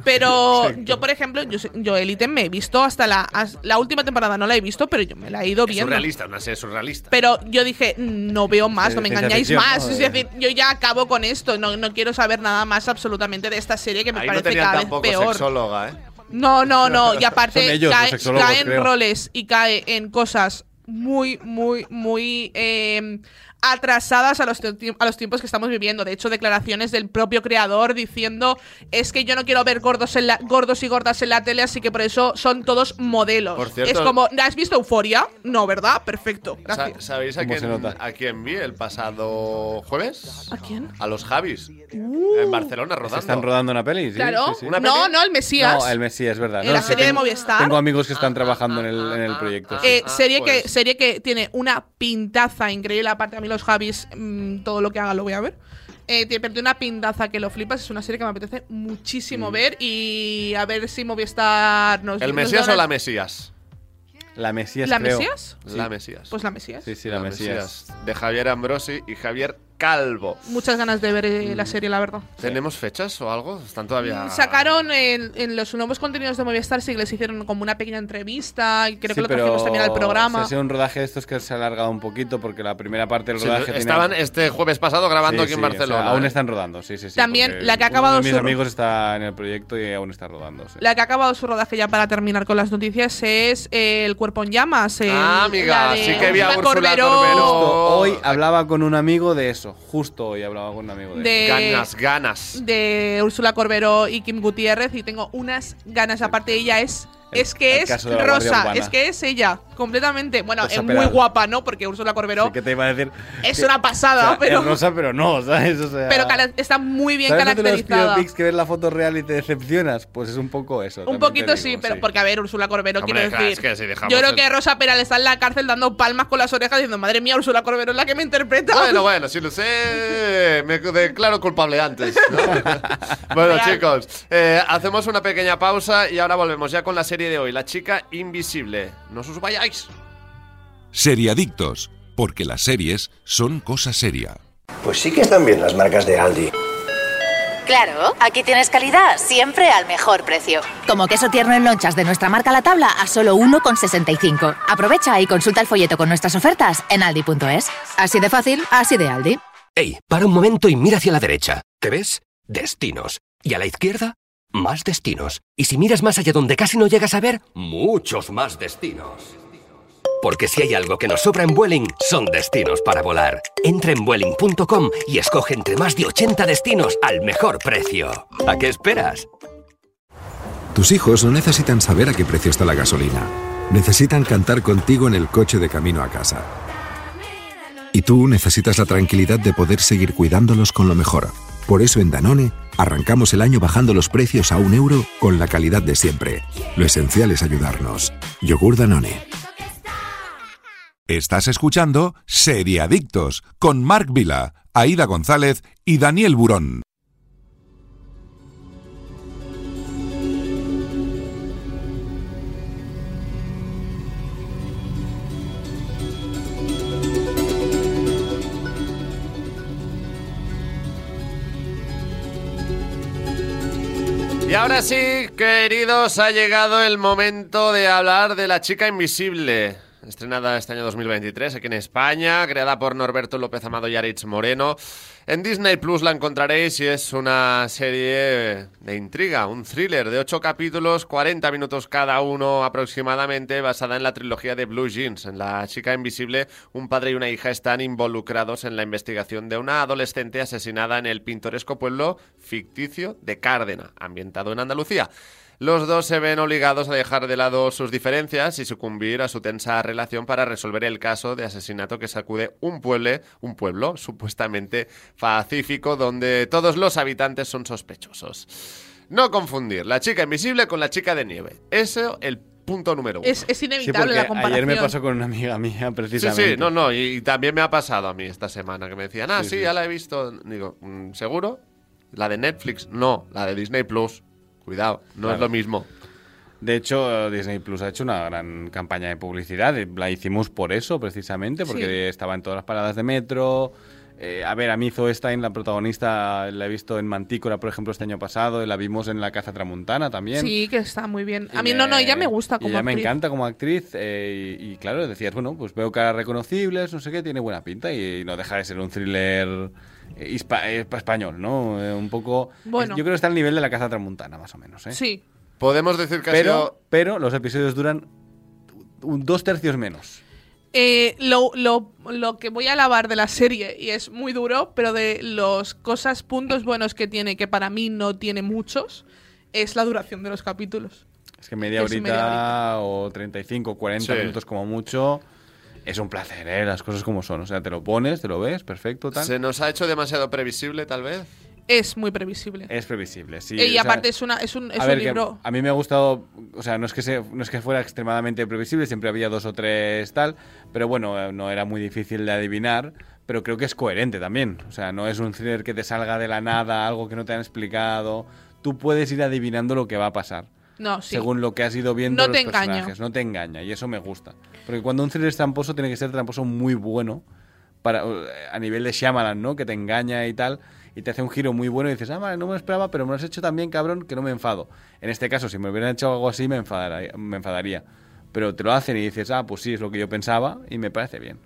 Pero yo, por ejemplo, yo, sé- yo Elite me he visto hasta la, as- la última temporada, no la he visto, pero yo me la he ido Es viendo. surrealista, una serie surrealista. Pero yo dije, no veo más, Eh, no me ciencia engañáis ficción, más. ¿no? Es Eh. decir, yo ya acabo con esto, no, no quiero saber nada más absolutamente de esta serie que me Ahí no parece tenían cada vez tampoco peor. sexóloga, ¿eh? No, no, no. Y aparte Son ellos los cae, sexólogos, cae en creo. roles y cae en cosas muy, muy, muy eh, atrasadas a los, tie- a los tiempos que estamos viviendo. De hecho, declaraciones del propio creador diciendo es que yo no quiero ver gordos, en la, gordos y gordas en la tele, así que por eso son todos modelos. Por cierto- es como, ¿has visto Euforia? No, ¿verdad? Perfecto. Sa- Gracias. ¿Sabéis a ¿Cómo se quién, nota? a quién vi el pasado jueves? ¿A quién? A los Javis. Uh. En Barcelona rodando. Se están rodando una peli, sí. Claro. sí, sí. ¿Una No, peli? no, el Mesías. No, el Mesías, es verdad. En No, la sí, serie de tengo- Movistar. Ah, Tengo amigos que están trabajando en el, en el proyecto. sí. Eh, Ah, serie, que, pues. serie que tiene una pintaza increíble. Aparte, a mí los Javis, mm, todo lo que haga lo voy a ver. Eh, tiene, pero tiene una pintaza que lo flipas. Es una serie que me apetece muchísimo ver. Y a ver si Movistar nos ¿El nos Mesías da o una- la Mesías? La Mesías, ¿La creo. Mesías? La Mesías. Pues la Mesías. Sí, sí, la, Mesías. De Javier Ambrosi y Javier Calvo. Muchas ganas de ver eh, la serie, la verdad. Mm, ¿Tenemos fechas o algo? ¿Están todavía.? Sacaron en, en los nuevos contenidos de Movistar, sí que les hicieron como una pequeña entrevista. Y creo Sí, que lo pero trajimos también al programa. Ha sido un rodaje de estos que se ha alargado un poquito porque la primera parte del Sí, rodaje. tenía- estaban este jueves pasado grabando Sí, aquí en sí, o sea, Barcelona. aún ¿eh? están rodando, sí, sí, sí. También porque la que ha uno acabado de mis su- amigos está en el proyecto y aún está rodando. sí. La que ha acabado su rodaje ya para terminar con las noticias es eh, El cuerpo en llamas. el- Ah, amiga, la de sí que vi a Úrsula Úrsula Corberó, Corberó. Justo hoy Oh. hablaba con un amigo de eso. Justo hoy hablaba con un amigo de, eso. De- Ganas, ganas. de Úrsula Corberó y Kim Gutiérrez y tengo unas ganas. Aparte ella es El- es que el es caso de la Guardia rosa, Urbana. es que es ella completamente. Bueno, Rosa es muy Peral. guapa, ¿no? Porque Úrsula Corberó Sí que te iba a decir. es que- una pasada, o sea, Ah, pero Es rosa, pero no, ¿sabes? O sea, pero cala- está muy bien ¿sabes lo de Los caracterizada. biopics que ves la foto real y te decepcionas, pues es un poco eso. Un también te poquito digo, sí, pero porque a ver, Úrsula Corberó Hombre, quiero claro, decir. es que si dejamos yo creo el- que Rosa Peral está en la cárcel dando palmas con las orejas diciendo, madre mía, Úrsula Corberó es la que me interpreta. Bueno, bueno, si lo sé, me declaro culpable antes. ¿no? bueno, Real. chicos, eh, hacemos una pequeña pausa y ahora volvemos ya con la serie de hoy, La chica invisible. No os vayáis. Seriadictos, porque las series son cosa seria. Pues sí que están bien las marcas de Aldi. Claro, aquí tienes calidad, siempre al mejor precio. Como queso tierno en lonchas de nuestra marca La Tabla a solo 1,65. Aprovecha y consulta el folleto con nuestras ofertas en aldi.es. Así de fácil, así de Aldi. ¡Ey! Para un momento y mira hacia la derecha. ¿Qué ves? Destinos. Y a la izquierda, más destinos. Y si miras más allá donde casi no llegas a ver, muchos más destinos. Porque si hay algo que nos sobra en Vueling, son destinos para volar. Entra en Vueling.com y escoge entre más de 80 destinos al mejor precio. ¿A qué esperas? Tus hijos no necesitan saber a qué precio está la gasolina. Necesitan cantar contigo en el coche de camino a casa. Y tú necesitas la tranquilidad de poder seguir cuidándolos con lo mejor. Por eso en Danone arrancamos el año bajando los precios a un euro con la calidad de siempre. Lo esencial es ayudarnos. Yogur Danone. Estás escuchando Seriadictos con Marc Vila, Aida González y Daniel Burón. Y ahora sí, queridos, ha llegado el momento de hablar de la chica invisible. estrenada este año 2023 aquí en España, creada por Norberto López Amado y Aritz Moreno. En Disney Plus la encontraréis y es una serie de intriga, un thriller de 8 capítulos, 40 minutos cada uno aproximadamente, basada en la trilogía de Blue Jeans. En La chica invisible, un padre y una hija están involucrados en la investigación de una adolescente asesinada en el pintoresco pueblo ficticio de Cárdena, ambientado en Andalucía. Los dos se ven obligados a dejar de lado sus diferencias y sucumbir a su tensa relación para resolver el caso de asesinato que sacude un pueblo, un pueblo supuestamente pacífico donde todos los habitantes son sospechosos. No confundir la chica invisible con la chica de nieve. Eso el punto número uno. Es, es inevitable porque la comparación. Ayer me pasó con una amiga mía, Sí, precisamente. sí, no, no, y, y también me ha pasado a mí esta semana que me decían, ah, sí, Sí, sí. ya la he visto. Digo, "Mm, ¿seguro? La de Netflix, no, la de Disney Plus. Cuidado, no es Claro. lo mismo. De hecho, eh, Disney Plus ha hecho una gran campaña de publicidad. eh, La hicimos por eso, precisamente, porque Sí. estaba en todas las paradas de metro. Eh, a ver, a mí Zoe Stein, la protagonista, la he visto en Mantícora, por ejemplo, este año pasado. y La vimos en La Caza Tramontana también. Sí, que está muy bien. Y A mí no, no, ella me gusta y como ella me actriz. encanta como actriz. eh, y, y claro, decías, bueno, pues veo caras reconocibles, no sé qué, tiene buena pinta y no deja de ser un thriller eh, hispa- eh, español, ¿no? Eh, un poco... Bueno. Yo creo que está al nivel de la caza tramontana, más o menos, ¿eh? Sí. Podemos decir que ha sido- Pero, pero los episodios duran un- dos tercios menos. Eh, lo, lo- lo que voy a alabar de la serie, y es muy duro, pero de los cosas, puntos buenos que tiene, que para mí no tiene muchos, es la duración de los capítulos. Es que media Es horita, media o 35, 40 Sí. minutos como mucho... Es un placer, ¿eh? Las cosas como son. O sea, te lo pones, te lo ves, perfecto, tal. se nos ha hecho demasiado previsible, tal vez. Es muy previsible. Es previsible, sí. Eh, y o sea, aparte es, una, es un, es a un ver, que libro. a mí me ha gustado, o sea, no es que se- no es que fuera extremadamente previsible, siempre había dos o tres tal, pero bueno, eh, no era muy difícil de adivinar, pero creo que es coherente también, o sea, no es un thriller que te salga de la nada, algo que no te han explicado, tú puedes ir adivinando lo que va a pasar. No, sí. Según lo que has ido viendo No los te engaña. personajes, no te engaña y eso me gusta. Porque cuando un thriller es tramposo tiene que ser tramposo muy bueno para eh, a nivel de Shyamalan, ¿no? Que te engaña y tal y te hace un giro muy bueno y dices, "Ah, vale, no me lo esperaba, pero me lo has hecho tan bien, cabrón, que no me enfado." En este caso, si me hubieran hecho algo así me enfadaría, me enfadaría. Pero te lo hacen y dices, "Ah, pues sí, es lo que yo pensaba y me parece bien."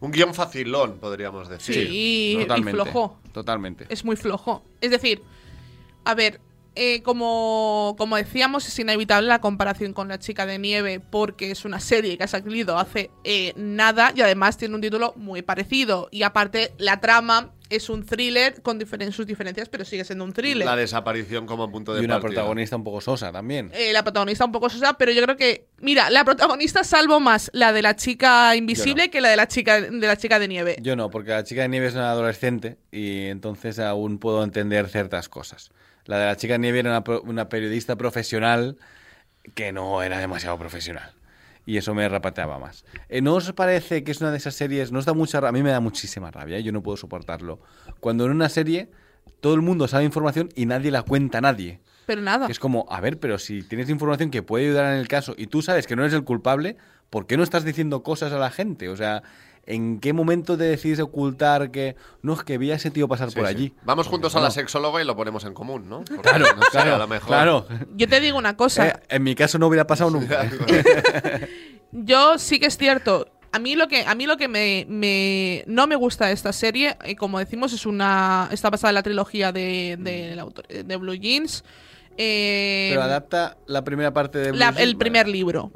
Un guión facilón, podríamos decir. Sí, y- y flojo. Totalmente. es muy flojo. Es decir, a ver, eh, como, como decíamos, es inevitable la comparación con La Chica de Nieve porque es una serie que ha salido hace eh, nada y además tiene un título muy parecido. Y aparte, la trama es un thriller con diferen- sus diferencias, pero sigue siendo un thriller. La desaparición como punto de Y una partida. protagonista un poco sosa también. Eh, la protagonista un poco sosa, pero yo creo que, mira, la protagonista salvo más la de la chica invisible que la de la chica de la chica de nieve. Yo no, porque la chica de nieve es una adolescente y entonces aún puedo entender ciertas cosas. La de la chica de nieve era una, pro- una periodista profesional que no era demasiado profesional. Y eso me rapateaba más. Eh, ¿No os parece que es una de esas series? Nos da mucha ra- A mí me da muchísima rabia, ¿eh? yo no puedo soportarlo. Cuando en una serie todo el mundo sabe información y nadie la cuenta a nadie. Pero nada. Es como, a ver, pero si tienes información que puede ayudar en el caso y tú sabes que no eres el culpable, ¿por qué no estás diciendo cosas a la gente? O sea, ¿en qué momento te decides ocultar que no es que vi a ese tío pasar Sí, por sí. allí? Vamos juntos a la No. sexóloga y lo ponemos en común, ¿no? Porque, Claro, no sé, claro, a lo mejor. claro. Yo te digo una cosa. Eh, en mi caso no hubiera pasado nunca. ¿eh? Yo sí que es cierto. A mí lo que, a mí lo que me, me- no me gusta de esta serie, eh, como decimos, es una está basada en la trilogía de, del autor- de Blue Jeans. Eh, Pero adapta la primera parte de... la- Blue Jean, el primer vale. libro.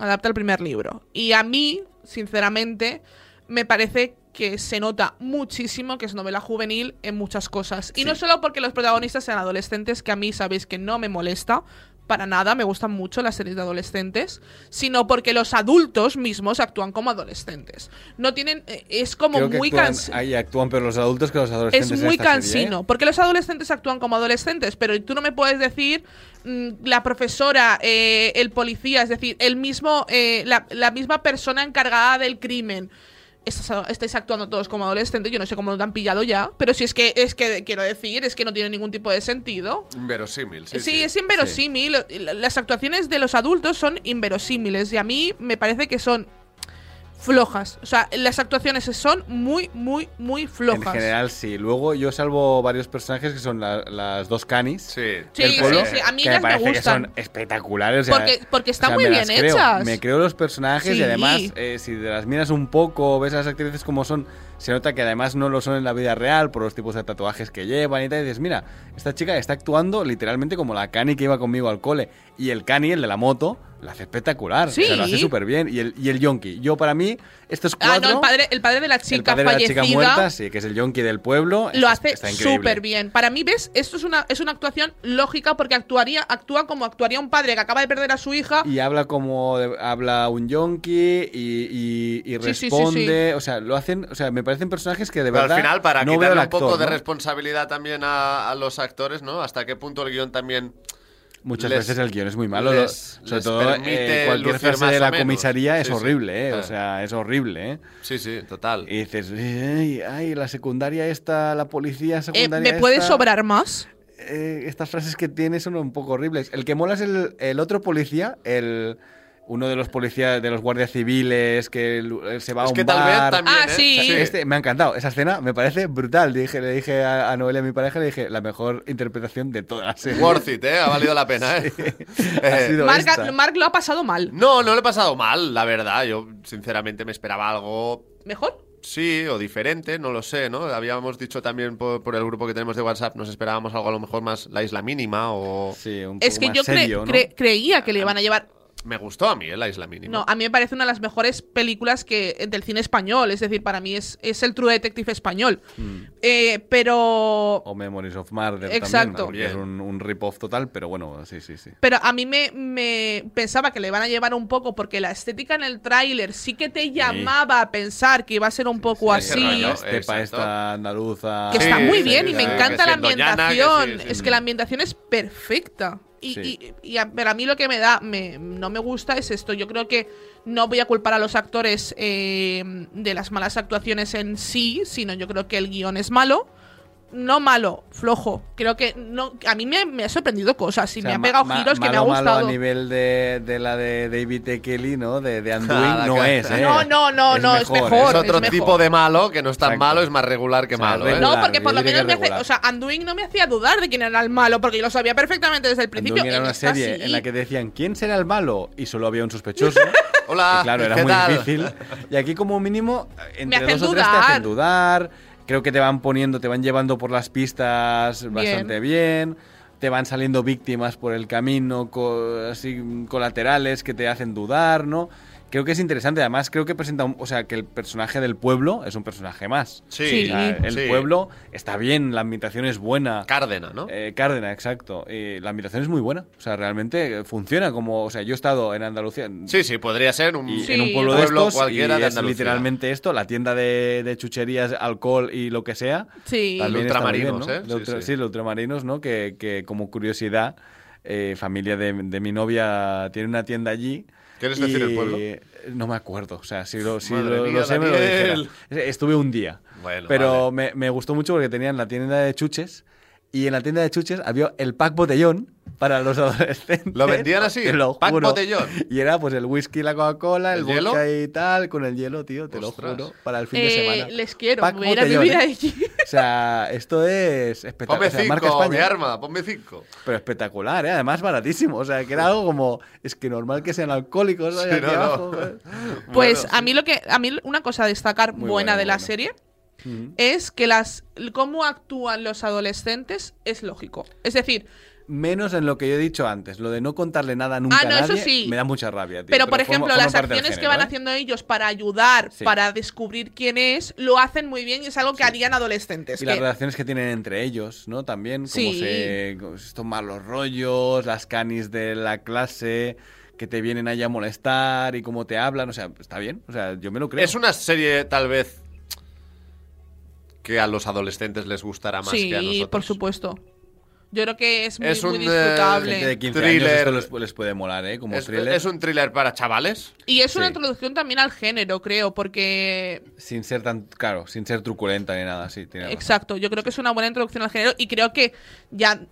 Adapta el primer libro. Y a mí, sinceramente, me parece que se nota muchísimo que es novela juvenil en muchas cosas. Y no solo porque los protagonistas sean adolescentes, que a mí sabéis que no me molesta. Para nada, me gustan mucho las series de adolescentes, sino porque los adultos mismos actúan como adolescentes. No tienen. eh, Es como Creo que muy actúan, cansado. ahí actúan pero los adultos que los adolescentes. Es en muy esta serie, ¿eh? cansino, porque los adolescentes actúan como adolescentes, pero tú no me puedes decir mm, la profesora, eh, el policía, es decir, el mismo, eh, la, la misma persona encargada del crimen. Estás a- estáis actuando todos como adolescentes, yo no sé cómo lo han pillado ya, pero si es que, es que quiero decir, es que no tiene ningún tipo de sentido. Inverosímil, sí. Sí, es inverosímil. Las actuaciones de los adultos son inverosímiles y a mí me parece que son flojas. O sea, las actuaciones son muy, muy, muy flojas. En general, sí. Luego yo salvo varios personajes que son la- las dos canis. Sí, Del pueblo, sí, sí, a mí que ellas me parece gustan. Que son espectaculares. o sea, Porque- porque están o sea, muy me bien las creo. hechas. Me creo los personajes Sí. y además, eh, si te las miras un poco, ves a las actrices como son, se nota que además no lo son en la vida real por los tipos de tatuajes que llevan y tal. Y dices, mira, esta chica está actuando literalmente como la cani que iba conmigo al cole. Y el cani, el de la moto, la hace espectacular. O sea, Sí. lo hace súper bien. Y el, y el yonki. Yo, para mí, estos Ah, cuatro. no, el padre, el padre de la el chica padre de la fallecida chica muerta, sí, que es el yonki del pueblo. lo está- hace está increíble. súper bien. Para mí, ¿ves? Esto es una, es una actuación lógica porque actuaría, actúa como actuaría un padre que acaba de perder a su hija. Y habla como de- habla un yonki y, y- y Sí, sí, sí, sí. responde. O sea, lo hacen. O sea, me parecen personajes que de Pero verdad. al final, para no veo quitarle al un actor, poco de ¿no? responsabilidad también a, a los actores, ¿no? Hasta qué punto el guión también Muchas les- veces el guión es muy malo. les- lo- sobre les todo, eh, permite cualquier lucir frase más de o la menos. comisaría es Sí, sí. horrible, ¿eh? Ah. O sea, es horrible, ¿eh? Sí, sí, total. Y dices, ay, ay, la secundaria esta, la policía Eh, secundaria. ¿Me puede esta". sobrar más? eh, estas frases que tiene son un poco horribles. El que mola es el, el otro policía, el uno de los policías, de los guardias civiles, que el- él se va a Es un que tal vez bar. también, Ah, ¿eh? sí. O sea, Este, me ha encantado. Esa escena me parece brutal. Dije, le dije a, a Noelia, mi pareja, le dije, la mejor interpretación de toda la serie. Worth it, ¿eh? Ha valido la pena, ¿eh? Ha sido Mark, esta. Mark lo ha pasado mal. No, no lo he pasado mal, la verdad. Yo, sinceramente, me esperaba algo ¿Mejor? Sí, o diferente, no lo sé, ¿no? Habíamos dicho también por, por el grupo que tenemos de WhatsApp, nos esperábamos algo a lo mejor más la isla mínima o... Sí, un Es poco que más yo cre- serio, ¿no? cre- creía que le iban a llevar. Me gustó a mí, ¿eh? La isla mínima. No, a mí me parece una de las mejores películas que del cine español. Es decir, para mí es, es el True Detective español. Mm. Eh, pero. O Memories of Murder también, Exacto. ¿no? Porque es un, un rip-off total, pero bueno, sí, sí, sí. Pero a mí me, me pensaba que le iban a llevar un poco porque la estética en el tráiler sí que te llamaba a pensar que iba a ser un poco Ese así. rollo, estepa exacto. este esta andaluza. Que está Sí, muy sí, bien y sí, me sí, encanta que la sí, Doñana, que ambientación. sí, sí. Es que la ambientación es perfecta. Y, Sí. y- y a, pero a mí lo que me da, me, no me gusta es esto. Yo creo que no voy a culpar a los actores eh, de las malas actuaciones en sí, sino yo creo que el guión es malo. No malo, flojo. Creo que no. A mí me, me ha sorprendido cosas y O sea, me ha pegado ma- ma- giros que me ha malo, malo gustado. a nivel de, de la de David E. Kelly, ¿no? De, de Anduin, Ah, la no cara. es, ¿eh? No, no, no, no, es mejor. es otro es mejor. tipo de malo, que no es tan Exacto. malo, es más regular que O sea, malo, ¿eh? regular. No, porque por yo lo diría menos que me hace, regular. o sea, Anduin no me hacía dudar de quién era el malo, porque yo lo sabía perfectamente desde el principio. Anduin era En una esta serie sí. en la que decían quién será el malo y solo había un sospechoso. Hola, Y claro, era ¿qué muy tal? difícil. Y aquí como mínimo, entre hacen dos o tres te dudar. hacen dudar. Creo que te van poniendo, te van llevando por las pistas bastante bien. Te van saliendo víctimas por el camino, co- así colaterales que te hacen dudar, ¿no? Creo que es interesante. Además, creo que presenta, un- o sea, que el personaje del pueblo es un personaje más. Sí, Sí. O sea, el sí. pueblo está bien, la ambientación es buena. Cárdena, ¿no? Eh, Cárdena, exacto. Eh, la ambientación es muy buena. O sea, realmente eh, funciona como. O sea, yo he estado en Andalucía. en- sí, sí, podría ser un, y Sí. en un pueblo de estos, cualquiera y de es Andalucía. literalmente esto, la tienda de, de chucherías, alcohol y lo que sea. Sí. también De está muy ultramarinos, bien, ¿eh? ¿no? Sí, De ultra- sí. sí, de ultramarinos, ¿no? Que, que como curiosidad, eh, familia de, de mi novia tiene una tienda allí. ¿Quieres decir el pueblo? eh, No me acuerdo, o sea, si lo, si Madre lo- mía, lo sé me lo dijera. Daniel. Estuve un día, Bueno, pero me, me gustó mucho porque tenían la tienda de chuches y en la tienda de chuches había el pack botellón para los adolescentes. ¿Lo vendían así? Te lo ¿Pack juro. botellón? Y era pues el whisky, la Coca-Cola, el, ¿El hielo? vodka y tal, con el hielo, tío, te Ostras. lo juro, para el fin de Eh, semana. les quiero, Pack me voy a ir a botellón, vivir ¿eh? allí. O sea, esto es espectacular. Ponme O sea, marca cinco, mi España. arma, ponme cinco. Pero espectacular, ¿eh? Además baratísimo. O sea, que era algo como... Es que normal que sean alcohólicos. ¿no? Sí, Aquí no, no. abajo, ¿eh? Pues Bueno, a mí lo que a mí una cosa a destacar Muy buena bueno, de la bueno. serie es que las cómo actúan los adolescentes es lógico. Es decir, Menos en lo que yo he dicho antes. Lo de no contarle nada nunca Ah, no, a eso nadie sí. me da mucha rabia, tío. pero por forma- ejemplo, forma las parte del acciones que género, van ¿eh? haciendo ellos para ayudar, Sí. para descubrir quién es, lo hacen muy bien y es algo que harían adolescentes. Y que- las relaciones que tienen entre ellos, ¿no? También, Sí. como se cómo se toman los rollos, las canis de la clase que te vienen allá a molestar y cómo te hablan, o sea, está bien, o sea, yo me lo creo. Es una serie, tal vez, que a los adolescentes les gustará más que a sí, nosotros. por supuesto. Yo creo que es muy, Es muy un, eh, disfrutable. Gente de 15 Thriller. años, esto les, les puede molar, ¿eh? Como Es, thriller. es un thriller para chavales. Y es una Sí. introducción también al género, creo, porque Sin ser tan, claro, sin ser truculenta ni nada, sí. tiene razón. Exacto, yo creo que es una buena introducción al género y creo que ya mm,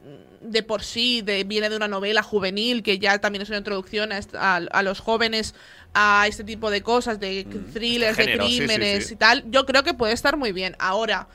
de por sí de- viene de una novela juvenil que ya también es una introducción a, est- a- a los jóvenes a este tipo de cosas, de Mm, thrillers, este género, de sí, sí, crímenes sí. y tal. Yo creo que puede estar muy bien. Ahora,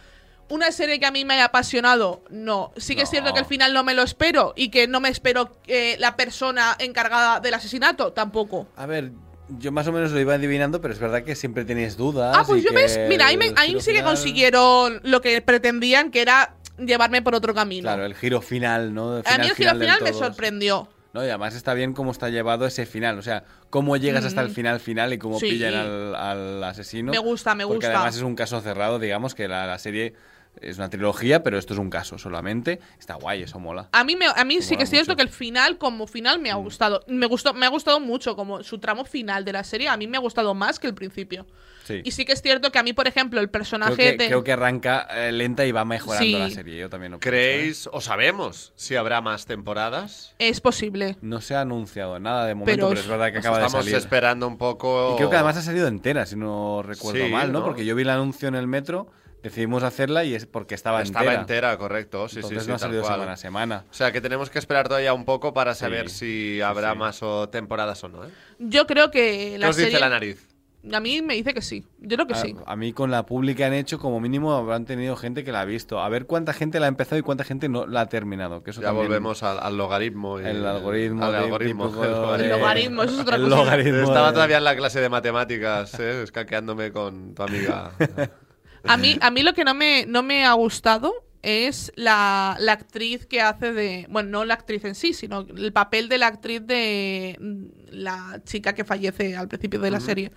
una serie que a mí me haya apasionado, no. Sí que es cierto No. que al final no me lo espero y que no me espero eh, la persona encargada del asesinato, tampoco. A ver, yo más o menos lo iba adivinando, pero es verdad que siempre tenéis dudas. Ah, pues y yo que ves, mira, ahí, me- el ahí giro sí que final- consiguieron lo que pretendían, que era llevarme por otro camino. Claro, el giro final, ¿no? a mí el giro del final me todo. sorprendió. No, y además está bien cómo está llevado ese final. O sea, cómo llegas hasta el Mm. final final y cómo Sí. pillan al, al asesino. Me gusta, me Porque gusta. además es un caso cerrado, digamos, que la, la serie es una trilogía, pero esto es un caso solamente. Está guay, eso mola. A mí, me, a mí sí mola que es cierto mucho. Mm. que el final, como final, me ha gustado. Me, gustó, me ha gustado mucho como su tramo final de la serie. A mí me ha gustado más que el principio. Sí. Y sí que es cierto que a mí, por ejemplo, el personaje Creo que, de... creo que arranca eh, lenta y va mejorando Sí. la serie. Yo también lo pienso, ¿eh? ¿Creéis o sabemos si habrá más temporadas? Es posible. No se ha anunciado nada de momento, Pero pero, es- es verdad que acaba de Estamos salir. esperando un poco. Y creo que además ha salido entera, si no recuerdo Sí, mal, ¿no? ¿no? Porque yo vi el anuncio en el metro, decidimos hacerla y es porque estaba, estaba entera, correcto. Sí, Entonces sí, sí, no ha tal salido cual. semana a semana. O sea que tenemos que esperar todavía un poco para saber si habrá sí. más o temporadas o no. ¿eh? Yo creo que ¿Qué la os serie... dice la nariz? A mí me dice que sí. Yo creo que A, Pues sí. a mí con la pública han hecho como mínimo habrán tenido gente que la ha visto. A ver cuánta gente la ha empezado y cuánta gente no la ha terminado. Que eso Ya también- volvemos al, al logaritmo. y- El algoritmo. Al de- algoritmo. típico joder. de- El logaritmo, eso es otra el cosa. logaritmo Estaba de- todavía en la clase de matemáticas, ¿eh? escaqueándome con tu amiga. A mí, a mí lo que no me, no me ha gustado es la, la actriz que hace de. Bueno, no la actriz en sí, sino el papel de la actriz de mm, la chica que fallece al principio de la serie.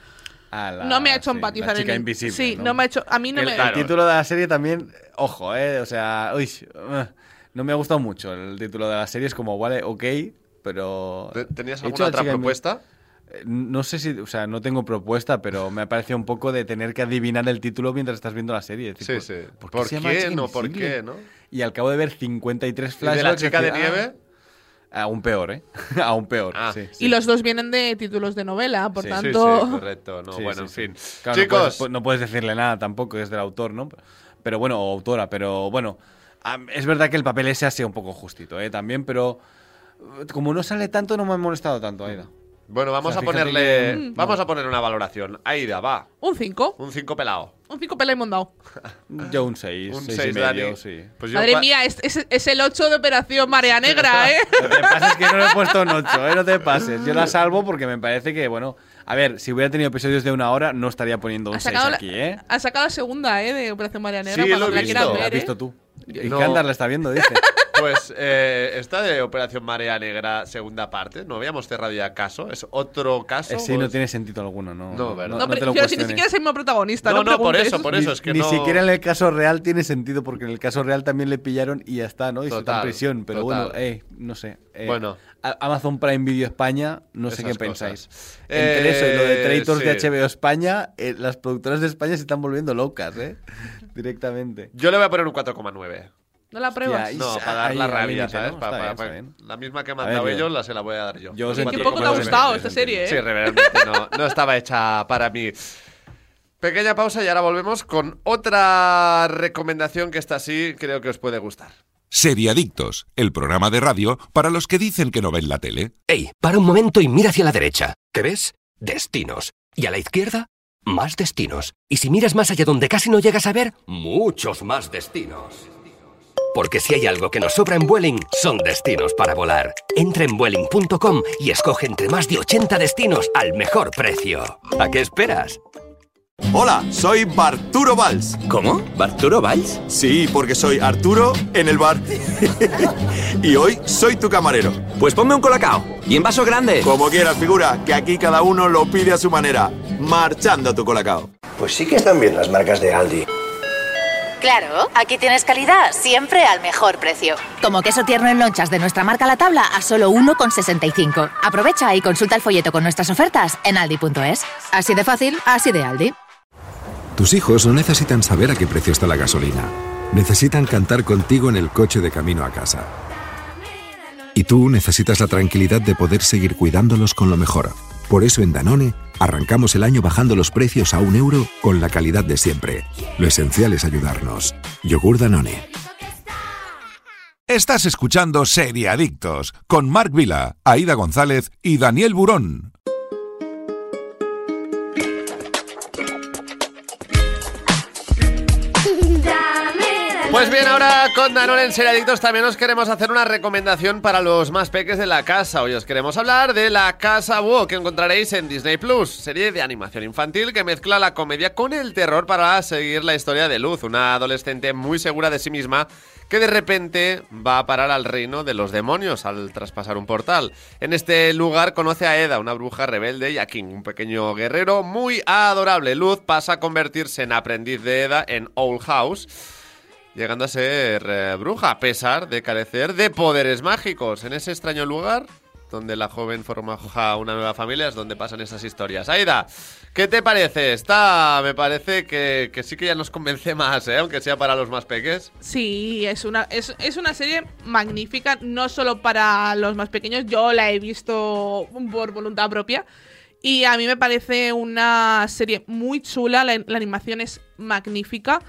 a la- no me ha hecho sí, empatizar la en chica el- invisible. Sí, no me ha hecho. A mí no el, me. el título de la serie también, ojo, eh, o sea, uy, eh, no me ha gustado mucho el título de la serie, es como, vale, ok, pero... ¿Te- ¿Tenías He alguna hecho la otra chica invi- propuesta? Eh, No sé si, o sea, no tengo propuesta, pero me ha parecido un poco de tener que adivinar el título mientras estás viendo la serie. Es Sí, decir, sí. ¿Por, se qué, llama Chica no? ¿Por Invisible? qué no? Y al cabo de ver 53 ¿Y de la flashbacks... chica de decir, ah, nieve? aún peor, ¿eh? aún peor. Ah. sí, Y sí. los dos vienen de títulos de novela, por Sí, sí, Sí, sí, tanto. correcto. No, Sí, bueno, sí, en fin. sí. Claro, no Chicos, puedes- no puedes decirle nada tampoco, es del autor, ¿no? Pero bueno, o autora, pero bueno. am- Es verdad que el papel ese ha sido un poco justito, ¿eh? También, pero. eh, Como no sale tanto, no me ha molestado tanto, ¿eh? Aida. bueno, vamos pues o sea, a fíjate ponerle. Mm. que- Vamos a poner una valoración. Aida, va. Un 5. Un 5 pelado. Un 5 pela y mondao. Yo un 6, Mm. Un 6 y 6, medio, Dani. sí. Pues yo Madre cua- mía, es, es- es el 8 de Operación Marea Negra, ¿eh? Lo que pasa es que no le he puesto un 8, ¿eh? No te pases. Yo la salvo porque me parece que, bueno. A ver, si hubiera tenido episodios de una hora, no estaría poniendo un Ha 6 sacado, aquí, ¿eh? la, ha sacado la segunda, ¿eh? De Operación Marea Negra. Sí, cuando lo he la visto. quieras La has ver, ¿eh? visto tú. Y No. Kandar la está viendo, dice. Pues eh, esta de Operación Marea Negra, segunda parte, no habíamos cerrado ya caso. Es otro caso. Eh, Sí, no Pues- tiene sentido alguno, ¿no? No, ¿verdad? No, te pero, pero si lo ni cuestiones. siquiera es el mismo protagonista. No, No, no, por preguntes. eso, por ni, eso es que ni no- siquiera en el caso real tiene sentido, porque en el caso real también le pillaron y ya está, ¿no? Y se está Total, en prisión. Pero total. bueno, eh, no sé. eh, Bueno. a- Amazon Prime Video España, no sé qué Esas pensáis. cosas. Entre Eh, eso y lo de Traitors sí. de HBO España, eh, las productoras de España se están volviendo locas, ¿eh? Directamente. Yo le voy a poner un 4,9. No la pruebas. Ahí No, se- para dar ahí la al rabia, límite, ¿sabes? ¿no? Pa- Está pa- bien, pa- está bien. La misma que me han dado ver, yo- ellos, la se la voy a dar yo. Yo os que entiendo poco te ha completamente, gustado os esta serie, entiendo. ¿eh? Sí, realmente no, no estaba hecha para mí. Pequeña pausa y ahora volvemos con otra recomendación que esta sí creo que os puede gustar. Seriadictos, el programa de radio para los que dicen que no ven la tele. ¡Ey! Para un momento y mira hacia la derecha. ¿Qué ves? Destinos. Y a la izquierda, más destinos. Y si miras más allá donde casi no llegas a ver, muchos más destinos. Porque si hay algo que nos sobra en Vueling, son destinos para volar. Entra en Vueling.com y escoge entre más de 80 destinos al mejor precio. ¿A qué esperas? Hola, soy Barturo Valls. ¿Cómo? ¿Barturo Valls? Sí, porque soy Arturo en el bar. y hoy soy tu camarero. Pues ponme un colacao. Y en vaso grande. Como quieras, figura, que aquí cada uno lo pide a su manera. Marchando tu colacao. Pues sí que están bien las marcas de Aldi. Claro, aquí tienes calidad, siempre al mejor precio. Como queso tierno en lonchas de nuestra marca La Tabla a solo 1,65. Aprovecha y consulta el folleto con nuestras ofertas en aldi.es. Así de fácil, así de Aldi. Tus hijos no necesitan saber a qué precio está la gasolina. Necesitan cantar contigo en el coche de camino a casa. Y tú necesitas la tranquilidad de poder seguir cuidándolos con lo mejor. Por eso en Danone arrancamos el año bajando los precios a un euro con la calidad de siempre. Lo esencial es ayudarnos. Yogur Danone. Estás escuchando Serie Adictos con Marc Vila, Aida González y Daniel Burón. Pues bien, ahora con Danone en Seriadictos también os queremos hacer una recomendación para los más peques de la casa. Hoy os queremos hablar de La Casa Búho, que encontraréis en Disney Plus, serie de animación infantil que mezcla la comedia con el terror para seguir la historia de Luz, una adolescente muy segura de sí misma que de repente va a parar al reino de los demonios al traspasar un portal. En este lugar conoce a Eda, una bruja rebelde, y a King, un pequeño guerrero muy adorable. Luz pasa a convertirse en aprendiz de Eda en Owl House llegando a ser eh, bruja, a pesar de carecer de poderes mágicos. En ese extraño lugar, donde la joven forma una nueva familia, es donde pasan esas historias. Aida, ¿qué te parece? Está, me parece que, que sí que ya nos convence más, ¿eh? aunque sea para los más peques. Sí, es una, es, es una serie magnífica, no solo para los más pequeños, yo la he visto por voluntad propia. Y a mí me parece una serie muy chula, la, la animación es magnífica.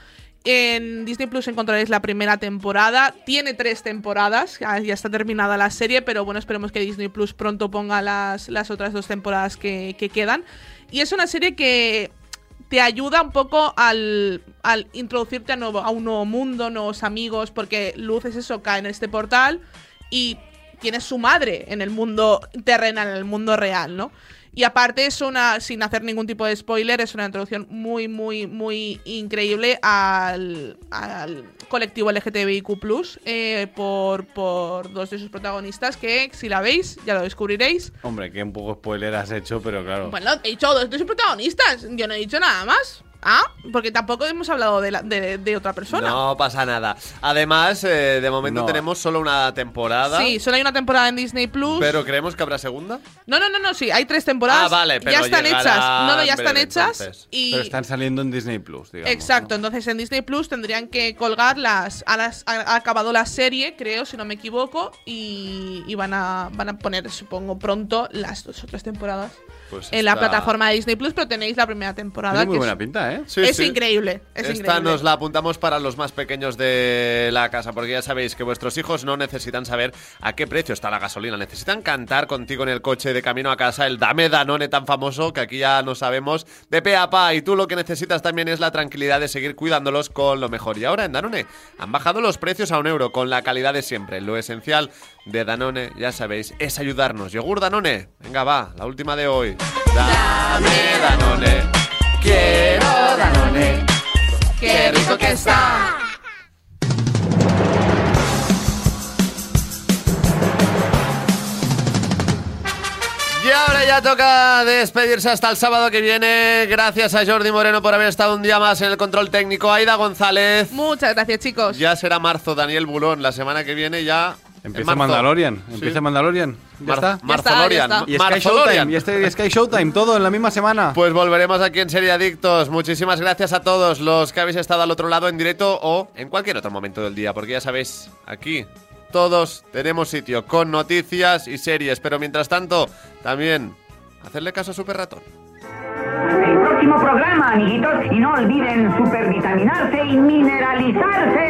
En Disney Plus encontraréis la primera temporada. Tiene tres temporadas. Ya ya está terminada la serie, pero bueno, esperemos que Disney Plus pronto ponga las, las otras dos temporadas que, que quedan. Y es una serie que te ayuda un poco al, al introducirte a, nuevo- a un nuevo mundo, nuevos amigos, porque Luz es eso, cae en este portal y tiene su madre en el mundo terrenal, en el mundo real, ¿no? Y aparte es una, sin hacer ningún tipo de spoiler, es una introducción muy, muy, muy increíble al, al colectivo LGTBIQ eh, por, por dos de sus protagonistas que si la veis ya lo descubriréis. Hombre, que un poco spoiler has hecho, pero claro. Bueno, he dicho dos de sus protagonistas, yo no he dicho nada más. Ah, porque tampoco hemos hablado de, la- de- de otra persona. No pasa nada. Además, eh, de momento No. tenemos solo una temporada. Sí, solo hay una temporada en Disney Plus. Pero creemos que habrá segunda. No, no, no, no, sí, hay tres temporadas. Ah, vale, pero ya están llegará hechas. No, no, ya en están breve, hechas. entonces. Y Pero están saliendo en Disney Plus, digamos. Exacto, entonces en Disney Plus tendrían que colgar las. Ha, las- ha acabado la serie, creo, si no me equivoco, y, y van, a, van a poner, supongo, pronto las dos otras temporadas Pues en la está- plataforma de Disney Plus, pero tenéis la primera temporada. Tiene muy que buena es, pinta, ¿eh? Sí, es sí. increíble. Es Esta increíble. nos la apuntamos para los más pequeños de la casa, porque ya sabéis que vuestros hijos no necesitan saber a qué precio está la gasolina, necesitan cantar contigo en el coche de camino a casa el Dame Danone tan famoso que aquí ya no sabemos de pe a pa. Y tú lo que necesitas también es la tranquilidad de seguir cuidándolos con lo mejor. Y ahora en Danone han bajado los precios a un euro con la calidad de siempre. Lo esencial de Danone, ya sabéis, es ayudarnos. Yogur Danone, venga, va, la última de hoy. Dame Danone, quiero Danone. ¡Qué rico que está! Y ahora ya toca despedirse hasta el sábado que viene. Gracias a Jordi Moreno por haber estado un día más en el control técnico. Aida González. Muchas gracias, chicos. Ya será marzo, Daniel Bulón. La semana que viene ya. en Empieza marzo. Mandalorian. Sí. Empieza Mandalorian. ¿Ya Mar- está? Marzolorian. Y Sky Marzolorian. Showtime. Y este y Sky Showtime. Todo en la misma semana. Pues volveremos aquí en Serie Adictos. Muchísimas gracias a todos los que habéis estado al otro lado en directo o en cualquier otro momento del día, porque ya sabéis, aquí todos tenemos sitio con noticias y series, pero mientras tanto, también hacerle caso a Super Ratón. El próximo programa, amiguitos, y no olviden supervitaminarse y mineralizarse.